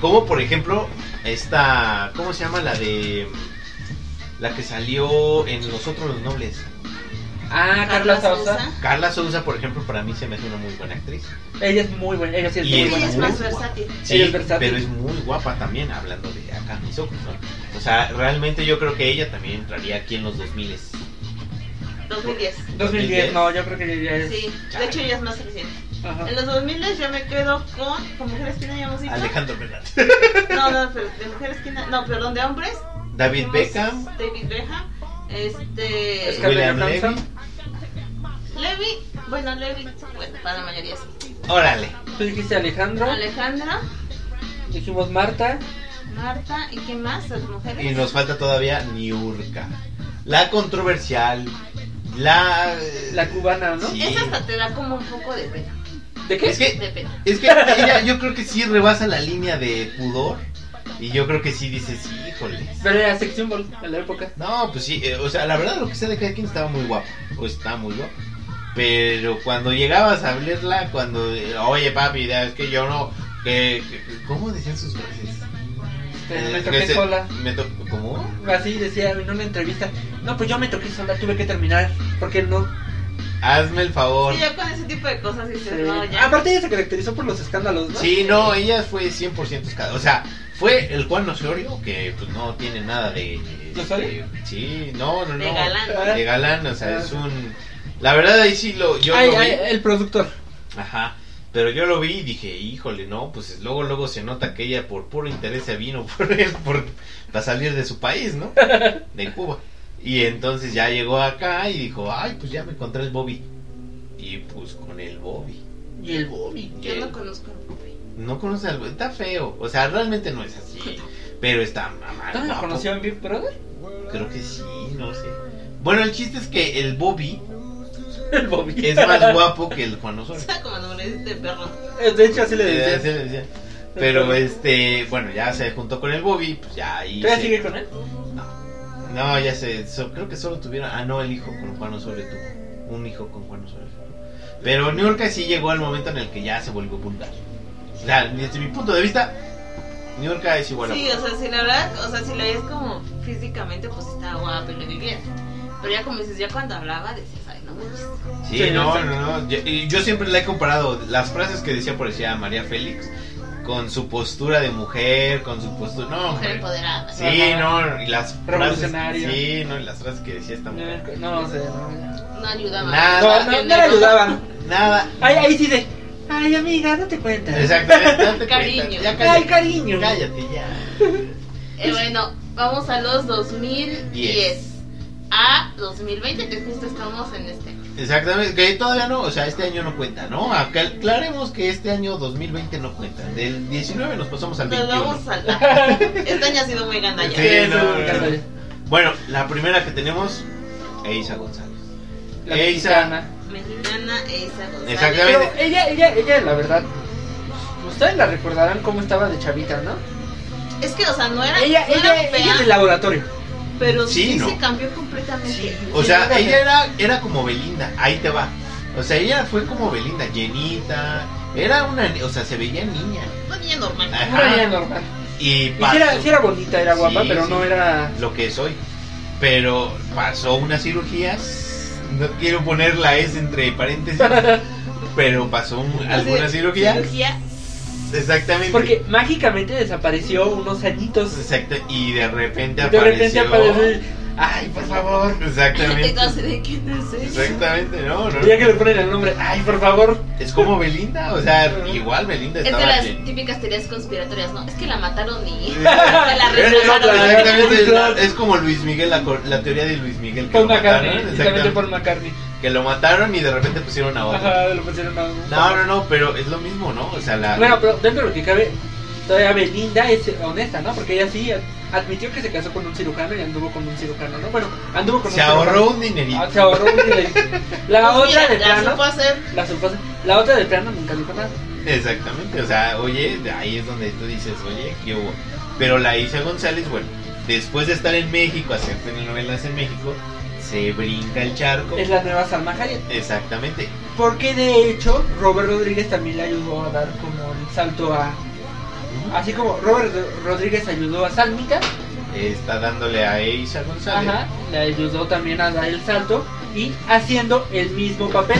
Speaker 2: Como por ejemplo, esta. ¿Cómo se llama? La de. La que salió en Nosotros los Nobles.
Speaker 5: Ah, Carla Sousa.
Speaker 3: Sousa.
Speaker 2: Carla Sousa, por ejemplo, para mí se me hace una muy buena actriz.
Speaker 5: Ella es muy buena. Ella sí es
Speaker 2: Y
Speaker 5: muy
Speaker 2: es-
Speaker 3: Ella
Speaker 5: buena.
Speaker 3: es
Speaker 2: Muy
Speaker 3: más
Speaker 2: guapa.
Speaker 3: versátil.
Speaker 2: Sí,
Speaker 5: Ella es versátil.
Speaker 2: pero es muy guapa también, hablando de acá mis ojos, ¿no? O sea, realmente yo creo que ella también entraría aquí en los 2000
Speaker 3: 2010.
Speaker 5: 2010, no, yo creo que ya es. Ah.
Speaker 3: Sí, de hecho ya es más reciente. Ajá.
Speaker 4: En los 2000 yo me quedo con. Con Mujer Esquina ya hemos dicho.
Speaker 2: Alejandro Fernández.
Speaker 4: No, no, pero de Mujer Esquina. No, perdón, de hombres.
Speaker 2: David
Speaker 4: Hemos-
Speaker 2: Beckham.
Speaker 4: David Beckham. Este.
Speaker 3: Scarlett
Speaker 2: William
Speaker 3: Johansson.
Speaker 2: Levy.
Speaker 4: Levi. Bueno, Levi. Bueno, para la mayoría sí.
Speaker 2: Órale.
Speaker 3: Tú dijiste Alejandro,
Speaker 4: Alejandra,
Speaker 3: dijimos Marta,
Speaker 4: Marta. ¿Y qué más? Las mujeres.
Speaker 2: Y nos falta todavía Niurka. La controversial. La.
Speaker 3: la cubana, ¿no?
Speaker 2: Sí.
Speaker 4: Esa hasta te da como un poco de pena.
Speaker 3: ¿De qué?
Speaker 2: Es que
Speaker 4: De pena.
Speaker 2: Es que ella, yo creo que sí rebasa la línea de pudor. Y yo creo que sí dices, híjole.
Speaker 3: Pero era sex symbol en la época.
Speaker 2: No, pues sí, eh, o sea, la verdad lo que sea de cada quien estaba muy guapo. O estaba muy guapo. Pero cuando llegabas a hablarla, cuando, eh, oye papi, ya, es que yo no. que- que- ¿Cómo decían sus frases?
Speaker 3: Pero
Speaker 2: Eh,
Speaker 3: me
Speaker 2: que
Speaker 3: toqué
Speaker 2: se-
Speaker 3: sola.
Speaker 2: me to- ¿Cómo?
Speaker 3: Así decía en una entrevista. No, pues yo me toqué sola, tuve que terminar. Porque no.
Speaker 2: Hazme el favor.
Speaker 4: Y ya con ese tipo de cosas dices, no,
Speaker 3: Eh,
Speaker 4: ya.
Speaker 3: Aparte, ella se caracterizó por los escándalos, ¿no?
Speaker 2: Sí, no, ella fue 100% escala. O sea, fue el Juan Osorio, que pues no tiene nada de. este,
Speaker 3: ¿De Osorio?
Speaker 2: Sí, no, no, no.
Speaker 4: De galán.
Speaker 3: Ah.
Speaker 2: De galán, o sea, es un. La verdad, ahí sí lo. Yo
Speaker 3: Ay,
Speaker 2: lo vi.
Speaker 3: ay, el productor.
Speaker 2: Ajá. Pero yo lo vi y dije, híjole, no, pues luego, luego se nota que ella por puro interés se vino *laughs* por, por, para salir de su país,
Speaker 3: *laughs*
Speaker 2: ¿no? De Cuba. Y entonces ya llegó acá y dijo, ay, pues ya me encontré el Bobby. Y pues con el Bobby.
Speaker 3: Y el Bobby.
Speaker 2: que-
Speaker 4: Yo no conozco *laughs* a Bobby.
Speaker 2: no conoce al está feo, o sea, realmente no es así, pero está mamá.
Speaker 3: ¿Tú no lo
Speaker 2: guapo.
Speaker 3: conoció en Big Brother? *laughs*
Speaker 2: Creo que sí, no sé. Bueno, el chiste es que el Bobby
Speaker 3: El Bobby.
Speaker 2: es
Speaker 3: *laughs*
Speaker 2: más guapo que el Juan Osorio.
Speaker 4: Está como nombre de perro.
Speaker 3: De hecho, así le
Speaker 2: Eh,
Speaker 3: decía.
Speaker 2: sí, sí, sí. Pero este, bueno, ya se juntó con el Bobby, pues ya ahí.
Speaker 3: ¿Todavía
Speaker 2: se-
Speaker 3: sigue con él?
Speaker 2: No, ya sé, so- creo que solo tuvieron, ah no, el hijo con Juan Osorio tuvo, un hijo con Juan Osorio. Pero New York sí llegó al momento en el que ya se volvió vulgar. O sea, desde mi punto de vista, New York es igual a
Speaker 4: sí, o sea, si la verdad, o sea, si la ves como físicamente, pues estaba guapa y le vivías. Pero ya como dices, ya cuando hablaba decías, ay, no pues, manches.
Speaker 2: Sí,
Speaker 3: Sí,
Speaker 2: no,
Speaker 3: exacto.
Speaker 2: no, no. Yo, y yo siempre la he comparado. Las frases que decía, por decía María Félix, con su postura de mujer, con su postura. No,
Speaker 4: Mujer
Speaker 2: hombre.
Speaker 4: empoderada.
Speaker 2: Sí,
Speaker 3: Ajá.
Speaker 2: no, y las frases.
Speaker 3: Revolucionaria.
Speaker 2: Sí, no, y las frases que decía esta mujer.
Speaker 3: No, no, o sea, no.
Speaker 4: No ayudaba.
Speaker 2: Nada.
Speaker 3: No, no, no le ayudaba.
Speaker 2: Nada.
Speaker 3: Ay, ahí sí de. Ay, amiga, no te cuentas.
Speaker 2: Exactamente. date
Speaker 4: Cariño.
Speaker 2: cuenta, Ya cállate.
Speaker 3: Ay, cariño.
Speaker 2: Cállate ya.
Speaker 4: Eh, bueno, vamos a los 2010 a 2020, que justo estamos en este.
Speaker 2: Exactamente. Que todavía no, o sea, este año no cuenta, ¿no? Acá aclaremos que este año 2020 no cuenta. Del 19 nos pasamos al
Speaker 4: Nos
Speaker 2: 21.
Speaker 4: vamos a saltar. Este año ha sido muy ganalla.
Speaker 2: Sí,
Speaker 3: Eso,
Speaker 2: no,
Speaker 3: me encanta.
Speaker 2: no, no. Bueno, la primera que tenemos, Eiza González.
Speaker 3: La
Speaker 2: Ey,
Speaker 3: mexicana.
Speaker 4: Mexicana e Isa González.
Speaker 2: Exactamente.
Speaker 3: Pero ella, ella, ella, la verdad. Ustedes la recordarán cómo estaba de chavita, ¿no?
Speaker 4: Es que, o sea, no era,
Speaker 3: Ella,
Speaker 4: no era
Speaker 3: ella,
Speaker 4: fea,
Speaker 3: ella es del laboratorio.
Speaker 4: pero
Speaker 2: Sí,
Speaker 4: sí,
Speaker 2: ¿no?
Speaker 4: se cambió completamente.
Speaker 2: O
Speaker 3: Sí,
Speaker 2: sea,
Speaker 3: sí, sí.
Speaker 2: ella era, era como Belinda, ahí te va. O sea, ella fue como Belinda, llenita, era una, ni- o sea, se veía niña.
Speaker 4: Una niña normal.
Speaker 2: Ajá.
Speaker 3: Una niña normal.
Speaker 2: Y
Speaker 3: Y sí era,
Speaker 2: pasó
Speaker 3: sí era bonita, era guapa,
Speaker 2: Sí,
Speaker 3: pero
Speaker 2: sí. *laughs*
Speaker 3: no era.
Speaker 2: lo que es hoy. Pero pasó una cirugía, no quiero poner la S entre
Speaker 3: *laughs*
Speaker 2: paréntesis, pero pasó un- alguna cirugía.
Speaker 4: Cirugía.
Speaker 2: Exactamente.
Speaker 3: Porque mágicamente desapareció unos añitos.
Speaker 2: Exacto, y de repente
Speaker 3: De repente
Speaker 2: apareció.
Speaker 3: aparece. Ay, por favor.
Speaker 4: *laughs*
Speaker 2: Exactamente.
Speaker 4: Entonces, ¿de quién es eso?
Speaker 2: Exactamente, no, no.
Speaker 3: Ya que le ponen el nombre. Ay, por favor.
Speaker 2: Es como Belinda, o sea, igual Belinda
Speaker 4: Es de
Speaker 2: estaba
Speaker 4: las
Speaker 2: llen-
Speaker 4: típicas teorías conspiratorias, ¿no? Es que la mataron y
Speaker 2: Sí.
Speaker 4: *laughs* se la regresaron.
Speaker 2: Exactamente, es, la- es como Luis Miguel, la, cor- la teoría de Luis Miguel. Que
Speaker 3: Paul
Speaker 2: lo mataron,
Speaker 3: McCartney.
Speaker 2: exactamente,
Speaker 3: ¿eh? Exactamente Paul McCartney.
Speaker 2: Que lo mataron y de repente pusieron a otro.
Speaker 3: Ajá, lo pusieron a un-
Speaker 2: No, no, no, pero es lo mismo, ¿no? O sea, la.
Speaker 3: Bueno, pero dentro de lo que cabe, todavía Belinda es honesta, ¿no? Porque ella sí admitió que se casó con un cirujano y anduvo con un cirujano, ¿no? Bueno, anduvo con
Speaker 2: se
Speaker 3: un
Speaker 2: ahorró
Speaker 3: cirujano.
Speaker 2: un dinerito.
Speaker 3: Ah, se ahorró un dinerito. La
Speaker 4: Pues
Speaker 3: otra
Speaker 4: mira,
Speaker 3: de
Speaker 4: La
Speaker 3: plano.
Speaker 4: supo hacer.
Speaker 3: La sorpresa. La otra de plano nunca dijo nada.
Speaker 2: Exactamente, o sea, oye, de ahí es donde tú dices, oye, ¿qué hubo? Pero la Isa González, bueno, después de estar en México, hacer telenovelas en México, se brinca el charco.
Speaker 3: Es la nueva Salma Hayek.
Speaker 2: Exactamente,
Speaker 3: Porque de hecho, Robert Rodríguez también le ayudó a dar como el salto a. Así como Robert Rodríguez ayudó a Salmita,
Speaker 2: está dándole a Isa González.
Speaker 3: ajá, le ayudó también a dar el salto y haciendo el mismo papel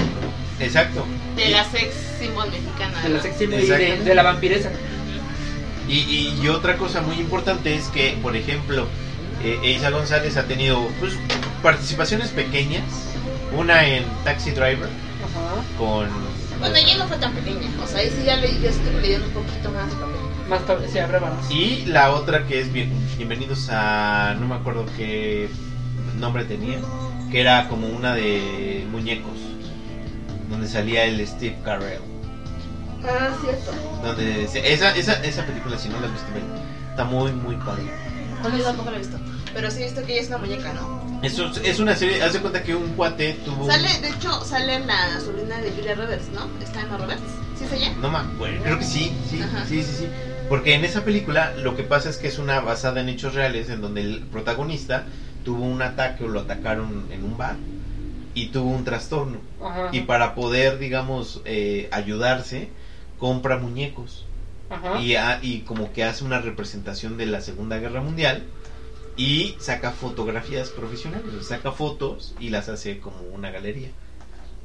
Speaker 2: Exacto.
Speaker 4: De la sex symbol mexicana.
Speaker 3: de la sex symbol y de,
Speaker 2: Exactamente.
Speaker 3: de la vampiresa.
Speaker 2: Y, y- y otra cosa muy importante es que, por ejemplo, eh, Eiza González ha tenido pues, participaciones pequeñas. Una en Taxi Driver
Speaker 3: Ajá.
Speaker 2: con
Speaker 5: Bueno, ella no fue tan pequeña. O sea, ahí sí ya le, yo estuve leyendo un poquito más papel.
Speaker 3: Más tarde se abre más.
Speaker 2: Y la otra que es bien, Bienvenidos a. No me acuerdo qué nombre tenía. Que era como una de muñecos. Donde salía el Steve Carell.
Speaker 5: Ah, cierto.
Speaker 2: Donde se- esa, esa, esa película, si no la has visto, ven, está muy, muy padre.
Speaker 5: No, yo tampoco lo he visto. Pero sí he visto que ella es una muñeca, ¿no?
Speaker 2: Eso es- es una serie. Haz de cuenta que un cuate tuvo. un-
Speaker 5: Sale, de hecho, sale la sobrina de Julia Roberts, ¿no? Está Emma Roberts. ¿Sí es ella?
Speaker 2: No me acuerdo. Creo que sí, sí,
Speaker 5: Ajá.
Speaker 2: sí, sí, sí. Porque en esa película lo que pasa es que es una basada en hechos reales en donde el protagonista tuvo un ataque o lo atacaron en un bar y tuvo un trastorno.
Speaker 3: Ajá.
Speaker 2: Y para poder, digamos, eh, ayudarse, compra muñecos.
Speaker 3: Ajá.
Speaker 2: Y, ha- y como que hace una representación de la Segunda Guerra Mundial y saca fotografías profesionales, o sea, saca fotos y las hace como una galería.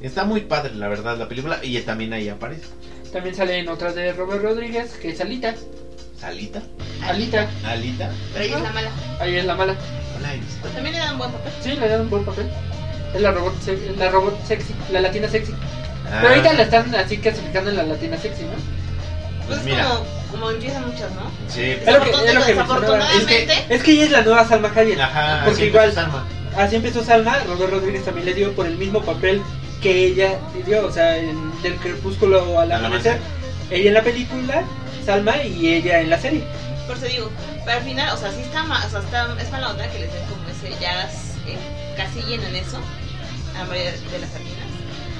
Speaker 2: Está muy padre, la verdad, la película y también ahí aparece.
Speaker 3: También salen otras de Robert Rodríguez, que es Alita.
Speaker 2: Salita,
Speaker 3: Alita,
Speaker 2: Alita,
Speaker 5: Pero ella es la mala.
Speaker 3: ahí es la mala.
Speaker 2: no la he visto.
Speaker 5: También le dan buen papel.
Speaker 3: Sí, le dan un buen papel. Es la robot, se- la robot sexy, la latina sexy.
Speaker 5: Ah.
Speaker 2: Ah.
Speaker 3: Pero ahorita la están así clasificando en la latina sexy, ¿no?
Speaker 2: Pues
Speaker 4: Pues es
Speaker 2: mira.
Speaker 4: como, como empiezan muchas, ¿no?
Speaker 2: Sí,
Speaker 3: Es lo que- es lo que
Speaker 4: Desafortunadamente,
Speaker 3: Es que ella es la nueva Salma Hayek.
Speaker 2: Ajá,
Speaker 3: Porque
Speaker 2: siempre
Speaker 3: igual-
Speaker 2: es Salma.
Speaker 3: Así empezó Salma, Robert Rodríguez también le dio por el mismo papel que ella le dio, o sea, en Del Crepúsculo al
Speaker 2: Al
Speaker 3: Amanecer.
Speaker 2: amanecer.
Speaker 3: Ella en la película, Salma, y ella en la serie.
Speaker 4: por eso digo, pero al final, o sea, sí está, ma- o sea, está es mala onda que les den como ese, ya las eh, casillen en eso, a la mayoría de las latinas.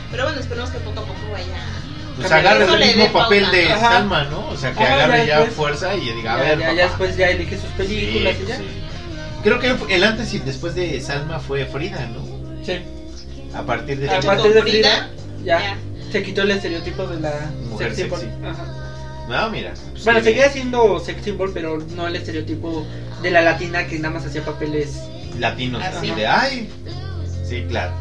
Speaker 4: Pero bueno, esperemos que poco a poco vaya.
Speaker 2: Pues
Speaker 3: También
Speaker 2: agarre
Speaker 4: eso
Speaker 2: el
Speaker 4: le dé
Speaker 2: mismo
Speaker 4: pauta,
Speaker 2: papel de
Speaker 4: ¿no?
Speaker 3: Ajá.
Speaker 2: Salma, ¿no? O sea, que
Speaker 3: Ajá,
Speaker 2: agarre
Speaker 3: ya
Speaker 2: ya,
Speaker 3: después.
Speaker 2: fuerza y diga, a
Speaker 3: ya,
Speaker 2: ver,
Speaker 3: ya-
Speaker 2: papá.
Speaker 3: ya después ya elige sus películas
Speaker 2: Sí,
Speaker 3: y ya. Sí.
Speaker 2: sí. Creo que el antes y después de Salma fue Frida, ¿no? A partir de
Speaker 4: De
Speaker 3: A
Speaker 4: hecho,
Speaker 3: partir
Speaker 4: con
Speaker 3: de
Speaker 4: Frida,
Speaker 3: Frida,
Speaker 4: Ya.
Speaker 3: ya. Se quitó el estereotipo de la
Speaker 2: Mujer
Speaker 3: symbol.
Speaker 2: sexy.
Speaker 3: Ajá.
Speaker 2: No, mira. pues,
Speaker 3: Bueno,
Speaker 2: sí.
Speaker 3: seguía siendo sex symbol, pero no el estereotipo de la latina que nada más hacía papeles.
Speaker 2: Latinos,
Speaker 4: Así.
Speaker 2: así de, ay. Sí, claro.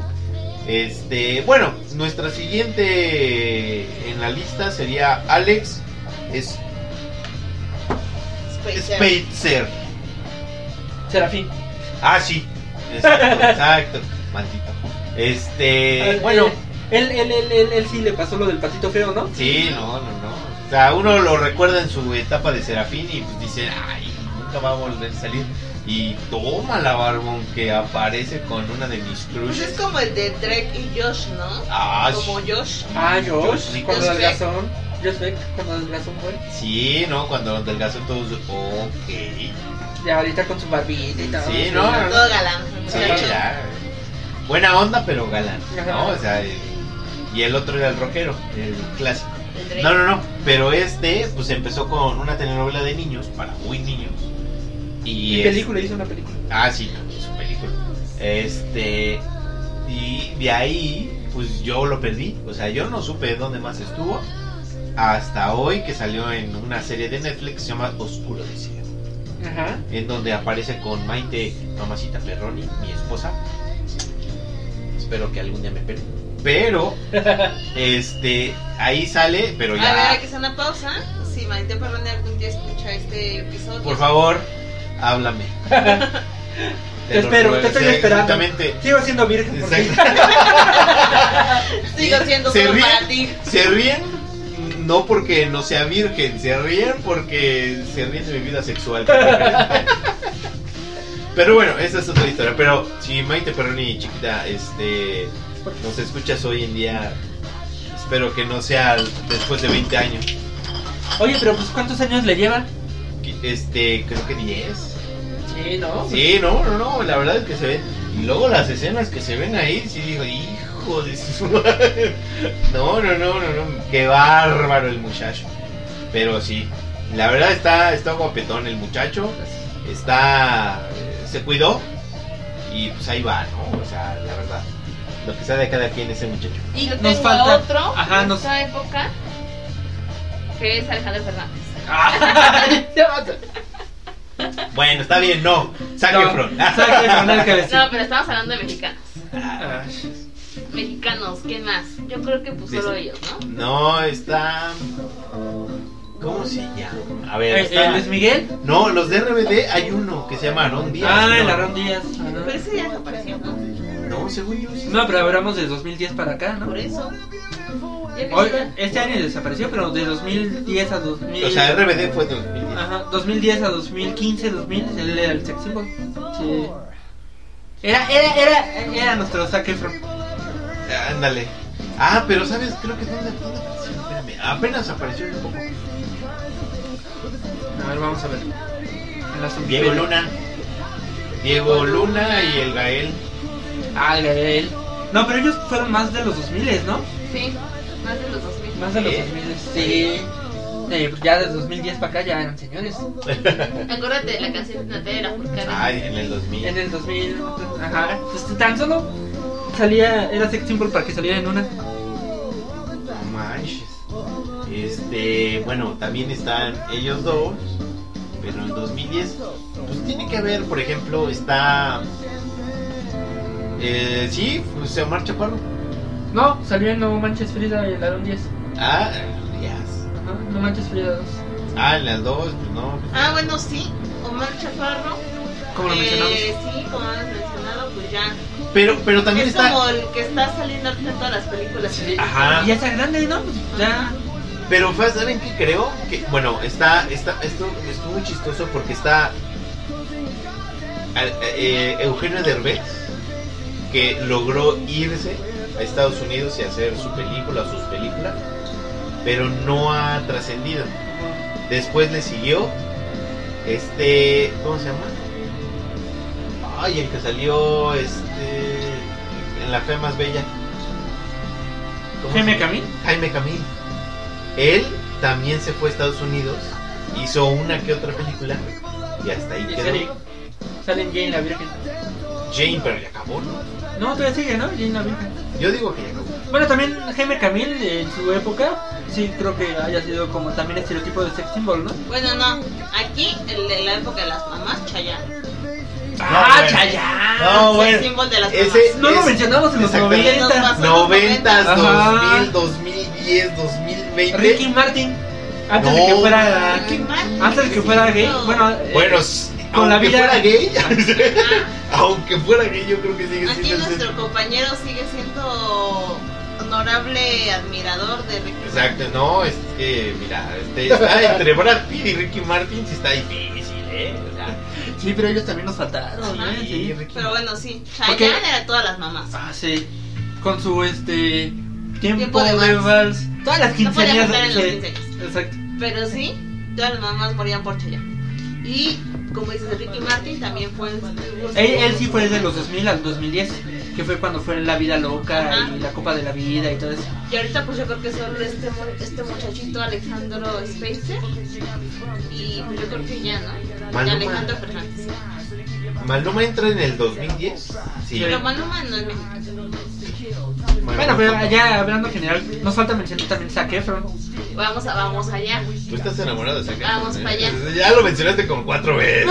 Speaker 2: Este, bueno, nuestra siguiente en la lista sería Alex es
Speaker 4: Space Jam.
Speaker 2: Spitzer.
Speaker 3: Serafín.
Speaker 2: Ah, sí. Exacto, exacto. Maldito. Este,
Speaker 3: Eh,
Speaker 2: bueno,
Speaker 3: Él, él, él, él, él sí le pasó lo del patito feo, ¿no?
Speaker 2: sí, no, no, no. O sea, uno lo recuerda en su etapa de Serafín y pues dice, ay, nunca va a volver a salir. Y toma la barbón que aparece con una de mis
Speaker 4: Pues
Speaker 2: crushes.
Speaker 4: es como el de Drake y Josh, ¿no?
Speaker 2: Ah,
Speaker 4: como
Speaker 2: sí.
Speaker 4: Josh.
Speaker 3: Ah, Josh,
Speaker 2: Josh Nichols.
Speaker 3: cuando
Speaker 4: Josh
Speaker 3: adelgazón. Josh Beck, cuando adelgazón fue.
Speaker 2: Sí, ¿no? Cuando delgazó todos, ok.
Speaker 3: Ya ahorita con su barbita y todo.
Speaker 2: Sí, ¿no?
Speaker 4: Todo galán.
Speaker 2: Sí,
Speaker 4: muchacho.
Speaker 2: ya. Buena onda, pero galán,
Speaker 3: Ajá.
Speaker 2: ¿no? O sea, eh, y el otro era el rockero, el clásico.
Speaker 4: El Drake.
Speaker 2: No, no, no, pero este pues empezó con una telenovela de niños, para muy niños. Y
Speaker 3: Y película,
Speaker 2: este-
Speaker 3: hizo una película.
Speaker 2: Ah, sí, también su película. Este, y de ahí pues yo lo perdí, o sea, yo no supe dónde más estuvo hasta hoy que salió en una serie de Netflix que se llama Oscuro Deseo,
Speaker 3: Ajá.
Speaker 2: en donde aparece con Maite Mamacita Perroni, mi esposa. Espero que algún día me pere.
Speaker 3: *laughs*
Speaker 2: Pero, este, ahí sale, pero ya.
Speaker 4: A ver, hay que hacer una pausa. Si Maite Perrón de algún día escucha este episodio.
Speaker 2: Por favor, háblame.
Speaker 3: Te espero, te estoy esperando.
Speaker 2: Exactamente.
Speaker 3: Sigo siendo virgen. porque-
Speaker 2: Exacto.
Speaker 4: Sigo siendo
Speaker 2: Se
Speaker 4: solo
Speaker 2: ríe.
Speaker 4: para ti.
Speaker 2: Se ríen no porque no sea virgen, se ríen porque se ríen de mi vida
Speaker 3: *laughs*
Speaker 2: sexual. Pero bueno, esa es otra historia. Pero si Maite Perroni, chiquita, este, nos escuchas hoy en día, espero que no sea después de 20 años.
Speaker 3: Oye, pero pues ¿cuántos años le lleva?
Speaker 2: Este, creo que 10.
Speaker 3: Sí, ¿no?
Speaker 2: Sí, no, no, no, la verdad es que se ven. Y luego las escenas que se ven ahí, sí digo, hijo de su *laughs* madre". No, no, no, no, no, qué bárbaro el muchacho. Pero sí, la verdad está, está guapetón el muchacho, está, eh, se cuidó y pues ahí va, ¿no? O sea, la verdad, lo que sabe cada quien ese muchacho.
Speaker 5: Y yo
Speaker 3: Nos
Speaker 5: tengo
Speaker 3: falta-
Speaker 5: otro
Speaker 3: Ajá,
Speaker 5: de
Speaker 3: nos-
Speaker 5: esta época, que es Alejandro Fernández.
Speaker 3: Ah. *laughs*
Speaker 2: Bueno, está bien, no, Zac
Speaker 3: No,
Speaker 2: Efron. Ah,
Speaker 3: Zac Efron, el que sí.
Speaker 5: No, pero estamos hablando de mexicanos.
Speaker 3: Ah,
Speaker 5: Mexicanos, ¿qué más? Yo creo que pues
Speaker 2: Sí,
Speaker 5: solo
Speaker 2: sí.
Speaker 5: ellos, ¿no?
Speaker 2: No, está... ¿Cómo se llama? A ver,
Speaker 3: eh, eh,
Speaker 2: está...
Speaker 3: Luis Miguel.
Speaker 2: No, los de RBD hay uno que se llama Aarón Díaz.
Speaker 3: Ah,
Speaker 2: creo.
Speaker 3: el Aarón Díaz. Pues, Ajá.
Speaker 4: Pero ese ya desapareció, ¿no?
Speaker 2: No, según yo sí.
Speaker 3: No, pero hablamos de 2010 para acá, ¿no?
Speaker 4: Por eso.
Speaker 6: Ya
Speaker 5: Hoy-
Speaker 6: quisiera.
Speaker 5: este año desapareció, pero de 2010 a 2000.
Speaker 2: O sea, RBD fue 2010.
Speaker 5: Ajá, 2010 a 2015, 2000, él era el sex symbol. Sí. Era, era, era, era nuestro Zac Efron.
Speaker 2: Ándale. Ah, pero sabes, creo que dónde, dónde apareció. Espérame, apenas apareció un poco.
Speaker 5: A ver, vamos a ver. En la
Speaker 2: Diego Luna. Diego Luna y el Gael.
Speaker 5: Ah, el Gael. No, pero ellos fueron más de los 2000, ¿no?
Speaker 6: Sí, más de los 2000.
Speaker 5: Más de los
Speaker 2: Sí.
Speaker 5: 2000, sí. Eh, pues ya desde 2010 para acá ya eran señores.
Speaker 6: Acuérdate de la canción de Natalia Lafourcade.
Speaker 2: Ay, en el 2000.
Speaker 5: En el 2000, ajá. Pues tan solo salía, era sex symbol para que saliera en una.
Speaker 2: No manches. Este, bueno, también están ellos dos, pero en 2010, pues tiene que haber, por ejemplo, está. Eh, sí, pues Omar Chaparro.
Speaker 5: No, salió en No Manches Frida y la 10.
Speaker 2: Ah, en las-
Speaker 5: Ajá, No Manches Frida 2.
Speaker 2: Ah, en las dos, pues no.
Speaker 4: Ah, bueno, sí, Omar Chaparro.
Speaker 5: Como lo
Speaker 4: eh,
Speaker 5: mencionamos.
Speaker 4: Sí, como lo hemos mencionado, pues ya.
Speaker 2: Pero, pero también
Speaker 4: es
Speaker 2: está.
Speaker 4: como el que está saliendo ahorita en todas las películas.
Speaker 5: Sí.
Speaker 2: Ajá.
Speaker 5: Y ya está grande, ¿no? Pues ya.
Speaker 2: Pero fue, ¿saben qué creo? Que, bueno, está, está, esto estuvo muy chistoso porque está al- eh, Eugenio Derbez, que logró irse a Estados Unidos y hacer su película, sus películas, pero no ha trascendido. Después le siguió este, ¿cómo se llama? Ay, el que salió este en la fe más bella. ¿Cómo se
Speaker 5: Jaime
Speaker 2: llama?
Speaker 5: Camil.
Speaker 2: Jaime Camil. Él también se fue a Estados Unidos, hizo una que otra película y hasta ahí
Speaker 5: Y
Speaker 2: quedó.
Speaker 5: sale, sale en Jane la Virgen.
Speaker 2: Jane, pero ya acabó, ¿no?
Speaker 5: No, todavía sigue, ¿no? Jane la Virgen.
Speaker 2: Yo digo que ya acabó.
Speaker 5: Bueno, también Jaime Camil eh, en su época, sí creo que haya sido como también estereotipo de sex symbol, ¿no?
Speaker 4: Bueno, no, aquí, el de la época de las mamás, Chayanne.
Speaker 5: ¡Ah,
Speaker 2: bueno.
Speaker 5: Chayanne!
Speaker 2: No,
Speaker 4: el
Speaker 2: bueno,
Speaker 4: símbolo de las
Speaker 2: ese-
Speaker 4: mamás.
Speaker 5: No lo
Speaker 2: es-
Speaker 5: mencionamos en los
Speaker 2: exactamente.
Speaker 5: 90.
Speaker 4: Nos
Speaker 2: 90,
Speaker 5: Ajá.
Speaker 2: 2000, 2010, 2020.
Speaker 5: Ricky Martin, antes
Speaker 2: No.
Speaker 5: de que fuera
Speaker 4: Ricky Martin.
Speaker 5: Ah, antes de que fuera gay, bueno, eh,
Speaker 2: Bueno, s-
Speaker 5: Con la
Speaker 2: aunque
Speaker 5: vida-
Speaker 2: fuera
Speaker 5: *laughs*
Speaker 2: gay,
Speaker 4: Ah,
Speaker 2: aunque fuera gay, yo creo que sigue
Speaker 4: aquí
Speaker 2: siendo ese-
Speaker 4: nuestro compañero sigue siendo honorable admirador de Ricky.
Speaker 2: Exacto, no, es que, mira, este, está entre Brad Pitt y Ricky Martin, sí está difícil, ¿eh? O sea,
Speaker 5: sí, pero ellos también nos faltaron, ¿eh?
Speaker 4: Ajá.
Speaker 2: sí,
Speaker 5: Sí.
Speaker 2: Ricky
Speaker 4: Pero bueno, sí,
Speaker 5: Porque-
Speaker 4: Chayanne era todas las mamás.
Speaker 5: Ah, sí. Con su este tiempo,
Speaker 4: Tiempo de
Speaker 5: de
Speaker 4: vals.
Speaker 5: vals. todas las
Speaker 4: No podía
Speaker 5: quinceañeras.
Speaker 4: faltar en los
Speaker 5: sí,
Speaker 4: 15.
Speaker 5: Exacto.
Speaker 4: Pero sí, todas las mamás morían por Chayanne. Y como dices, Ricky Martin también fue.
Speaker 5: Él, él sí fue desde los 2000 al 2010, que fue cuando fue La Vida Loca
Speaker 4: Ajá.
Speaker 5: y La Copa de la Vida y todo eso.
Speaker 4: Y ahorita, pues yo creo que solo este, mu- este muchachito Alejandro Spacer. Y pues yo creo que ya, ¿no?
Speaker 2: Maluma.
Speaker 4: Y Alejandro Fernández.
Speaker 2: Maluma entra en el 2010. Sí.
Speaker 4: Pero Maluma no es mexicano.
Speaker 5: Bueno, pero ya hablando en general, nos falta mencionar también Zac Efron.
Speaker 4: Vamos, a, vamos allá.
Speaker 2: Tú estás enamorado de Zac Efron,
Speaker 4: Vamos
Speaker 2: ¿eh?
Speaker 4: pa' allá.
Speaker 2: Ya lo mencionaste como cuatro veces.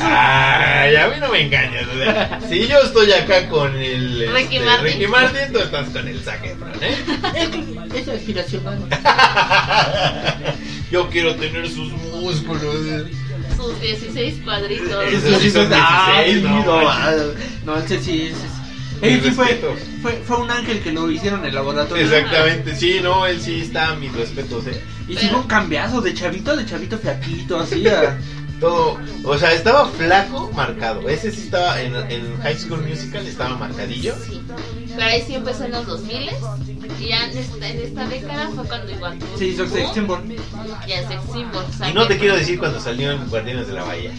Speaker 2: Ay, a mí no me engañas. o sea, si yo estoy acá con el este,
Speaker 4: Ricky Martin.
Speaker 2: Ricky Martin, tú estás con el Zac Efron, ¿eh? *laughs*
Speaker 5: Es aspiración.
Speaker 2: Yo quiero tener sus músculos.
Speaker 4: Sus 16 cuadritos.
Speaker 2: Eso sí son 16, no,
Speaker 5: no,
Speaker 2: manches.
Speaker 5: no, ese sí, ese sí.
Speaker 2: Mi
Speaker 5: Ese sí fue,
Speaker 2: respeto.
Speaker 5: fue, fue un ángel que lo hicieron en el laboratorio.
Speaker 2: Exactamente, sí, no, él sí está a mis respetos, ¿eh?
Speaker 5: Y sí fue un cambiazo de chavito, de chavito flaquito, así. a-
Speaker 2: Todo, o sea, estaba flaco, marcado. Ese sí estaba en, en High School Musical, estaba marcadillo.
Speaker 6: Sí. Pero ahí sí empezó en los 2000 y ya en esta, en esta década fue cuando igual tuvo
Speaker 5: Se hizo
Speaker 6: su
Speaker 5: sex
Speaker 6: boom,
Speaker 5: symbol.
Speaker 6: y el sex symbol. o sea,
Speaker 2: Y no te
Speaker 6: que-
Speaker 2: quiero decir cuando salió en Guardianes de la Bahía.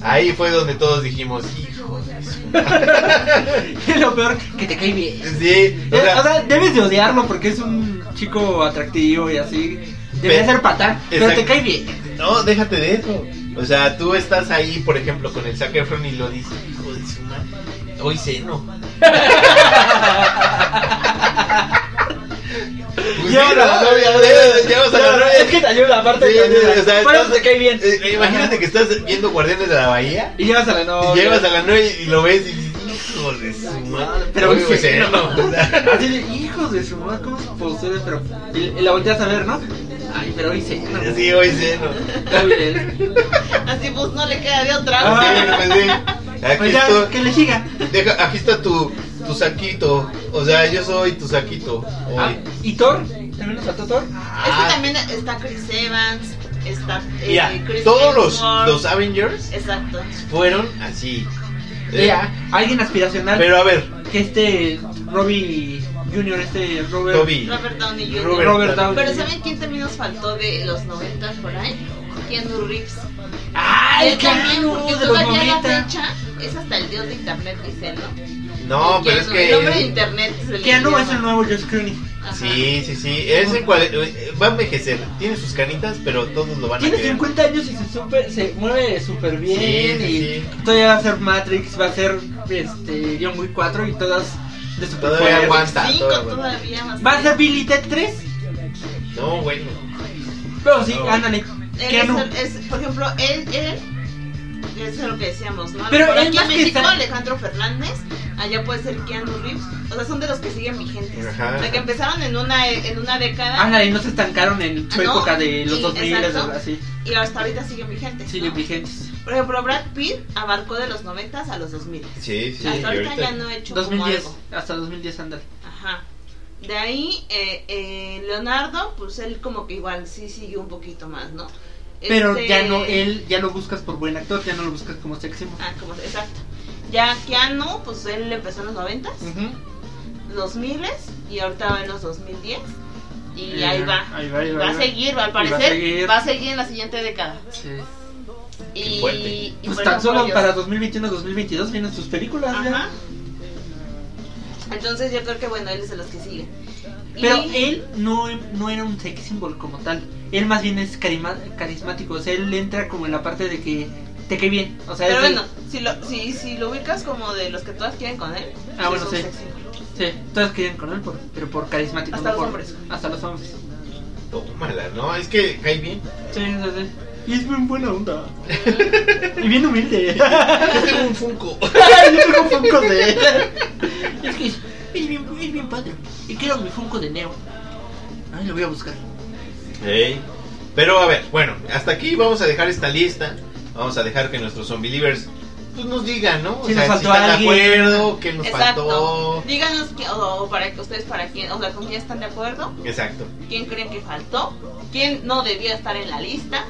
Speaker 2: Ahí fue donde todos dijimos, hijo de su madre".
Speaker 5: *laughs* Y lo peor, que te cae bien.
Speaker 2: Sí, o
Speaker 5: Eh,
Speaker 2: sea,
Speaker 5: o sea, debes de odiarlo porque es un chico atractivo y así. Debería
Speaker 2: Pero-
Speaker 5: ser patán, pero
Speaker 2: Exacto.
Speaker 5: te cae bien.
Speaker 2: no, déjate de eso. O sea, tú estás ahí, por ejemplo, con el Zac Efron y lo dices, hijo de su madre. Hoy ceno. Pues
Speaker 5: Llevas
Speaker 2: sí,
Speaker 5: a la
Speaker 2: ¿no?
Speaker 5: novia,
Speaker 2: Llevas- llevas a la
Speaker 5: No, no,
Speaker 2: novia.
Speaker 5: Es que te ayuda, aparte
Speaker 2: Sí,
Speaker 5: te ayuda.
Speaker 2: sí, o sea,
Speaker 5: Por eso
Speaker 2: estás-
Speaker 5: te cae bien.
Speaker 2: Eh, imagínate que estás viendo Guardianes de la Bahía
Speaker 5: Y llevas a la novia.
Speaker 2: Y llevas a la nueva y lo ves y dices, hijo de su madre.
Speaker 5: Pero
Speaker 2: Oye,
Speaker 5: sí,
Speaker 2: pues,
Speaker 5: no.
Speaker 2: o sea,
Speaker 5: Así de, hijos de su madre, ¿cómo se posee? Pero, y, y la volteas a ver, ¿no? Ay, pero hoy se. No,
Speaker 2: *laughs* Sí, hoy ceno.
Speaker 5: está
Speaker 2: *laughs*
Speaker 5: bien.
Speaker 4: Así pues no le queda de otra.
Speaker 5: Ah.
Speaker 2: Sí, pues, sí. Aquí,
Speaker 5: Pues ya,
Speaker 2: estoy-
Speaker 5: que le siga.
Speaker 2: deja- aquí está tu, tu saquito. O sea, yo soy tu saquito.
Speaker 5: Ah,
Speaker 2: Hoy.
Speaker 5: ¿Y Thor? ¿También nos faltó Thor?
Speaker 4: Es
Speaker 2: Ah.
Speaker 4: que también está Chris Evans, está eh,
Speaker 2: Mira,
Speaker 4: Chris
Speaker 2: Ah, todos los,
Speaker 4: Hemsworth.
Speaker 2: los Avengers
Speaker 4: Exacto.
Speaker 2: fueron así. Eh,
Speaker 5: Mira, alguien aspiracional
Speaker 2: Pero a ver,
Speaker 5: que este Robbie Jr., este Robert,
Speaker 2: Toby.
Speaker 4: Robert Downey Jr.
Speaker 2: Robert,
Speaker 5: Robert Downey.
Speaker 4: Pero ¿saben quién también nos faltó de los 90 por ahí? Keanu Reeves.
Speaker 5: ¡Ay,
Speaker 4: Él también,
Speaker 5: claro!
Speaker 4: porque
Speaker 5: De los
Speaker 4: todavía la
Speaker 5: 90.
Speaker 4: fecha es hasta el dios de internet, dice, ¿no?
Speaker 2: No,
Speaker 4: Y
Speaker 2: pero
Speaker 4: Keanu,
Speaker 2: es
Speaker 4: El nombre de
Speaker 2: que.
Speaker 4: internet se le
Speaker 5: Keanu
Speaker 4: llama.
Speaker 5: es el nuevo Josh Clooney.
Speaker 4: Ajá.
Speaker 2: Sí, sí, sí. Ese cual- eh, va a envejecer. Tiene sus canitas, pero todos lo van a
Speaker 5: Tiene
Speaker 2: querer.
Speaker 5: 50 años y se, super- se mueve súper bien.
Speaker 2: Sí, sí,
Speaker 5: y
Speaker 2: sí.
Speaker 5: todavía va a ser Matrix, va a ser este, John Wick 4 y todas de
Speaker 2: Todavía
Speaker 5: superpoderes.
Speaker 2: aguanta.
Speaker 4: Cinco
Speaker 2: todavía aguanta.
Speaker 4: todavía más.
Speaker 5: Va a ser Billy Ted 3.
Speaker 2: No, bueno.
Speaker 5: Pero sí,
Speaker 2: No.
Speaker 5: ándale.
Speaker 4: Él
Speaker 5: Keanu.
Speaker 4: es, es- por ejemplo, él, él, eso es lo que decíamos, ¿no?
Speaker 5: Pero
Speaker 4: Por
Speaker 5: él
Speaker 4: aquí
Speaker 5: más
Speaker 4: en
Speaker 5: que
Speaker 4: México,
Speaker 5: está-
Speaker 4: Alejandro Fernández, allá puede ser Keanu Reeves, o sea, son de los que siguen vigentes.
Speaker 2: Ajá.
Speaker 4: O sea, que empezaron en una, en una década
Speaker 5: Ándale, no se estancaron en su
Speaker 4: Ah, ¿no?
Speaker 5: época de los
Speaker 4: Sí,
Speaker 5: 2000
Speaker 4: exacto.
Speaker 5: así.
Speaker 4: y hasta ahorita siguen vigentes.
Speaker 5: Siguen
Speaker 4: ¿no?
Speaker 5: vigentes.
Speaker 4: Por ejemplo, Brad Pitt abarcó de los 90 a los 2000.
Speaker 2: Sí, sí.
Speaker 4: hasta
Speaker 2: y
Speaker 4: ahorita,
Speaker 2: ahorita-
Speaker 4: ya no ha hecho como
Speaker 5: 2010,
Speaker 4: algo.
Speaker 5: hasta 2010, ándale.
Speaker 4: Ajá. De ahí, eh, eh, Leonardo, pues él como que igual sí siguió un poquito más, ¿no?
Speaker 5: Pero
Speaker 4: Este-
Speaker 5: ya no, él ya lo buscas por buen actor, ya no lo buscas como sexy.
Speaker 4: Ah, como, exacto. Ya Keanu, pues él empezó en los 90,
Speaker 5: Mm.
Speaker 4: los 2000 y ahorita va en los 2010. Y
Speaker 5: Eh,
Speaker 4: ahí va.
Speaker 5: ahí va, ahí va,
Speaker 4: Va
Speaker 5: ahí
Speaker 4: a
Speaker 5: va.
Speaker 4: seguir, va, al
Speaker 5: Y va a
Speaker 4: parecer.
Speaker 5: seguir.
Speaker 7: Va a seguir en la siguiente década.
Speaker 5: Sí.
Speaker 7: Y,
Speaker 2: fuerte.
Speaker 7: y
Speaker 5: Pues
Speaker 7: por
Speaker 5: tan
Speaker 7: ejemplo,
Speaker 5: solo
Speaker 7: yo-
Speaker 5: para 2021-2022 vienen sus películas.
Speaker 4: Ajá.
Speaker 5: ya.
Speaker 4: Entonces yo creo que bueno, él es de los que siguen.
Speaker 5: Pero eh,
Speaker 4: Y-
Speaker 5: él no, no era un sex symbol como tal. Él más bien es carima- carismático. O sea, él entra como en la parte de que te cae bien. O sea,
Speaker 4: Pero
Speaker 5: es el-
Speaker 4: bueno, si lo, si, si lo ubicas como de los que todas quieren con él,
Speaker 5: Ah,
Speaker 4: sí
Speaker 5: bueno,
Speaker 4: son
Speaker 5: sí.
Speaker 4: sex symbol.
Speaker 5: sí, todos querían con él, por- pero por carismático.
Speaker 4: Hasta
Speaker 5: no
Speaker 4: los
Speaker 5: por-
Speaker 4: hombres.
Speaker 5: Hasta los hombres.
Speaker 2: Tómala, ¿no? Es que cae bien.
Speaker 5: Sí, sí, sí. Y es bien buena
Speaker 4: *laughs*
Speaker 5: onda. y bien *laughs* humilde.
Speaker 2: Yo tengo un Funko.
Speaker 5: Yo tengo Funko de él. Es que es, es bien, es bien padre. Y quiero mi Funko de Neo. Ay, lo voy a buscar.
Speaker 2: Ey. Pero a ver, bueno, hasta aquí vamos a dejar esta lista. Vamos a dejar que nuestros zombie believers pues, nos digan, ¿no?
Speaker 5: Si nos faltó
Speaker 2: si están
Speaker 5: alguien.
Speaker 2: de acuerdo, qué nos
Speaker 4: Exacto.
Speaker 2: faltó.
Speaker 4: Díganos que, o, o para que ustedes para quién, o sea, con quién están de acuerdo,
Speaker 2: Exacto.
Speaker 4: quién creen que faltó, quién no debió estar en la lista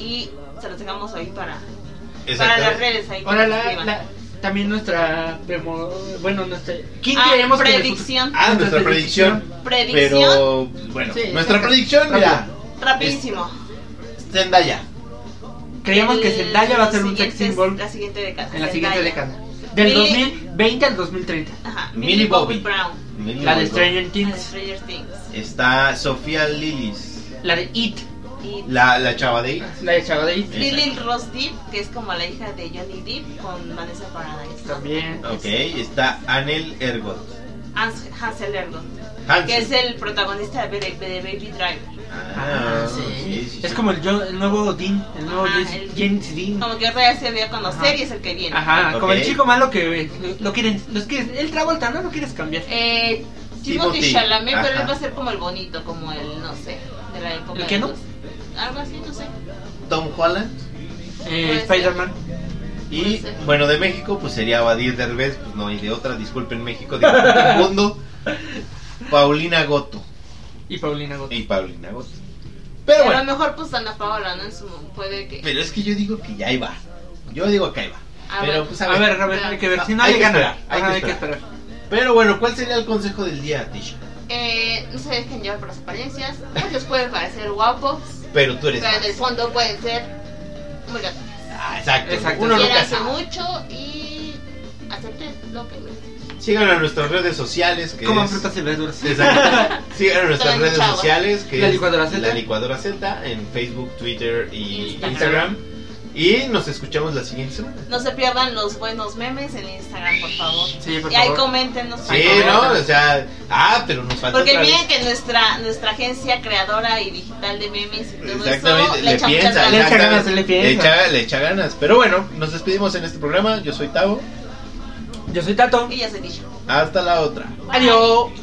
Speaker 4: y se los dejamos ahí para, para
Speaker 2: Exacto.
Speaker 4: las redes ahí. que
Speaker 5: Ahora
Speaker 4: nos
Speaker 5: la,
Speaker 4: escriban.
Speaker 5: la- también nuestra premo- bueno nuestra ¿Quién
Speaker 4: Ah,
Speaker 5: creemos que en el
Speaker 4: predicción,
Speaker 2: Ah, nuestra predicción.
Speaker 4: predicción,
Speaker 2: Pero, bueno,
Speaker 5: Sí,
Speaker 2: nuestra
Speaker 5: saca-
Speaker 2: predicción, mira,
Speaker 4: rapidísimo.
Speaker 2: Zendaya.
Speaker 5: futuro- creíamos que
Speaker 4: El
Speaker 5: Zendaya va a ser un sex
Speaker 4: siguiente-
Speaker 5: symbol
Speaker 4: La siguiente década.
Speaker 5: en la siguiente
Speaker 4: Zendaya.
Speaker 5: década del
Speaker 4: Millie-
Speaker 5: 2020 al 2030
Speaker 4: Ajá.
Speaker 2: Millie
Speaker 4: Millie Bobby,
Speaker 2: Bobby.
Speaker 4: Brown.
Speaker 5: la de Stranger
Speaker 4: la de
Speaker 5: Things
Speaker 4: Stranger Things.
Speaker 2: Está Sofía Lillis,
Speaker 5: la de It
Speaker 4: Y
Speaker 2: la, la chava de It.
Speaker 5: la de Chava de It
Speaker 4: Lily Ross Depp, que es como la hija de Johnny Depp con Vanessa Paradise.
Speaker 5: también
Speaker 2: Ok, está Anel Ergot.
Speaker 4: Hans- Hansel Ergo,
Speaker 2: Hansen.
Speaker 4: que es el protagonista de, Baby- de Baby Driver.
Speaker 2: Ah,
Speaker 5: Ah, sí.
Speaker 2: sí, sí,
Speaker 5: es
Speaker 2: sí.
Speaker 5: como el, jo- el nuevo Dean el nuevo
Speaker 4: Ajá,
Speaker 5: James,
Speaker 4: el-
Speaker 5: James Dean
Speaker 4: Como que ahora ya se dio a conocer
Speaker 5: Ajá.
Speaker 4: y es el que viene.
Speaker 5: ajá
Speaker 2: Ok.
Speaker 5: como el chico malo que eh, lo, lo quieren los quieres el Travolta no lo quieres cambiar
Speaker 4: Eh, Timothy
Speaker 2: Timothy,
Speaker 4: Chalamet, pero
Speaker 2: ajá.
Speaker 4: él va a ser como el bonito, como el, no sé, de la época.
Speaker 5: ¿El
Speaker 4: de
Speaker 5: qué no?
Speaker 4: los- Algo así, no sé.
Speaker 2: Tom Holland.
Speaker 5: eh,
Speaker 4: ser.
Speaker 5: Spider-Man
Speaker 2: Y
Speaker 7: Puede ser.
Speaker 2: bueno, de México, pues sería Badir Derbez, pues no hay de otra, disculpen México, disculpen el mundo. Paulina Goto.
Speaker 5: y Paulina Gotti
Speaker 2: Y Paulina Goto.
Speaker 4: Pero
Speaker 2: Pero
Speaker 4: a lo
Speaker 2: bueno,
Speaker 4: mejor pues Ana Paola, ¿no? En su, puede que...
Speaker 2: pero es que yo digo que ya ahí va. Yo digo que ahí va.
Speaker 4: Ah,
Speaker 2: pero
Speaker 4: bueno.
Speaker 2: pues
Speaker 5: a ver a ver hay que ver si no
Speaker 2: Hay
Speaker 5: le
Speaker 2: que
Speaker 5: gana.
Speaker 2: esperar, hay
Speaker 5: Ajá,
Speaker 2: que esperar. Pero bueno, ¿cuál sería el consejo del día, Tisha?
Speaker 7: eh, no se dejen llevar por las apariencias. Muchos pueden parecer guapos,
Speaker 2: Pero tú eres.
Speaker 7: pero en el
Speaker 2: más.
Speaker 7: fondo pueden ser muy gatos.
Speaker 2: Ah, exacto.
Speaker 5: Exacto.
Speaker 2: Uno nunca
Speaker 7: Quieranse
Speaker 2: sabe.
Speaker 7: mucho y acepten lo que
Speaker 2: Síganos en nuestras redes sociales. Que
Speaker 5: Coman
Speaker 2: es-
Speaker 5: frutas y verduras.
Speaker 2: Exacto. Síganos en nuestras
Speaker 7: Tomen
Speaker 2: redes
Speaker 7: chagua.
Speaker 2: sociales, que
Speaker 5: La
Speaker 2: es
Speaker 5: Licuadora Z.
Speaker 2: La Licuadora Z, en Facebook, Twitter y Instagram.
Speaker 4: Instagram.
Speaker 2: Y nos escuchamos la siguiente semana.
Speaker 4: No se pierdan los buenos memes en Instagram, por favor.
Speaker 5: Sí, por
Speaker 4: y ahí
Speaker 5: favor.
Speaker 4: coméntenos.
Speaker 2: Sí,
Speaker 4: por favor.
Speaker 2: ¿no? O sea, ah, pero nos falta
Speaker 4: Ah, Porque
Speaker 2: otra
Speaker 4: miren
Speaker 2: vez.
Speaker 4: que nuestra nuestra agencia creadora y digital de memes y todo eso
Speaker 2: Exactamente, le
Speaker 4: echamos
Speaker 2: piensa,
Speaker 4: ganas.
Speaker 5: Le echa
Speaker 2: exactamente.
Speaker 5: ganas, le piensa.
Speaker 2: Le echa, le echa ganas. Pero bueno, nos despedimos en este programa. Yo soy Tavo.
Speaker 5: Yo soy Tato.
Speaker 4: Y ya se dicho.
Speaker 2: Hasta la otra.
Speaker 5: Adiós.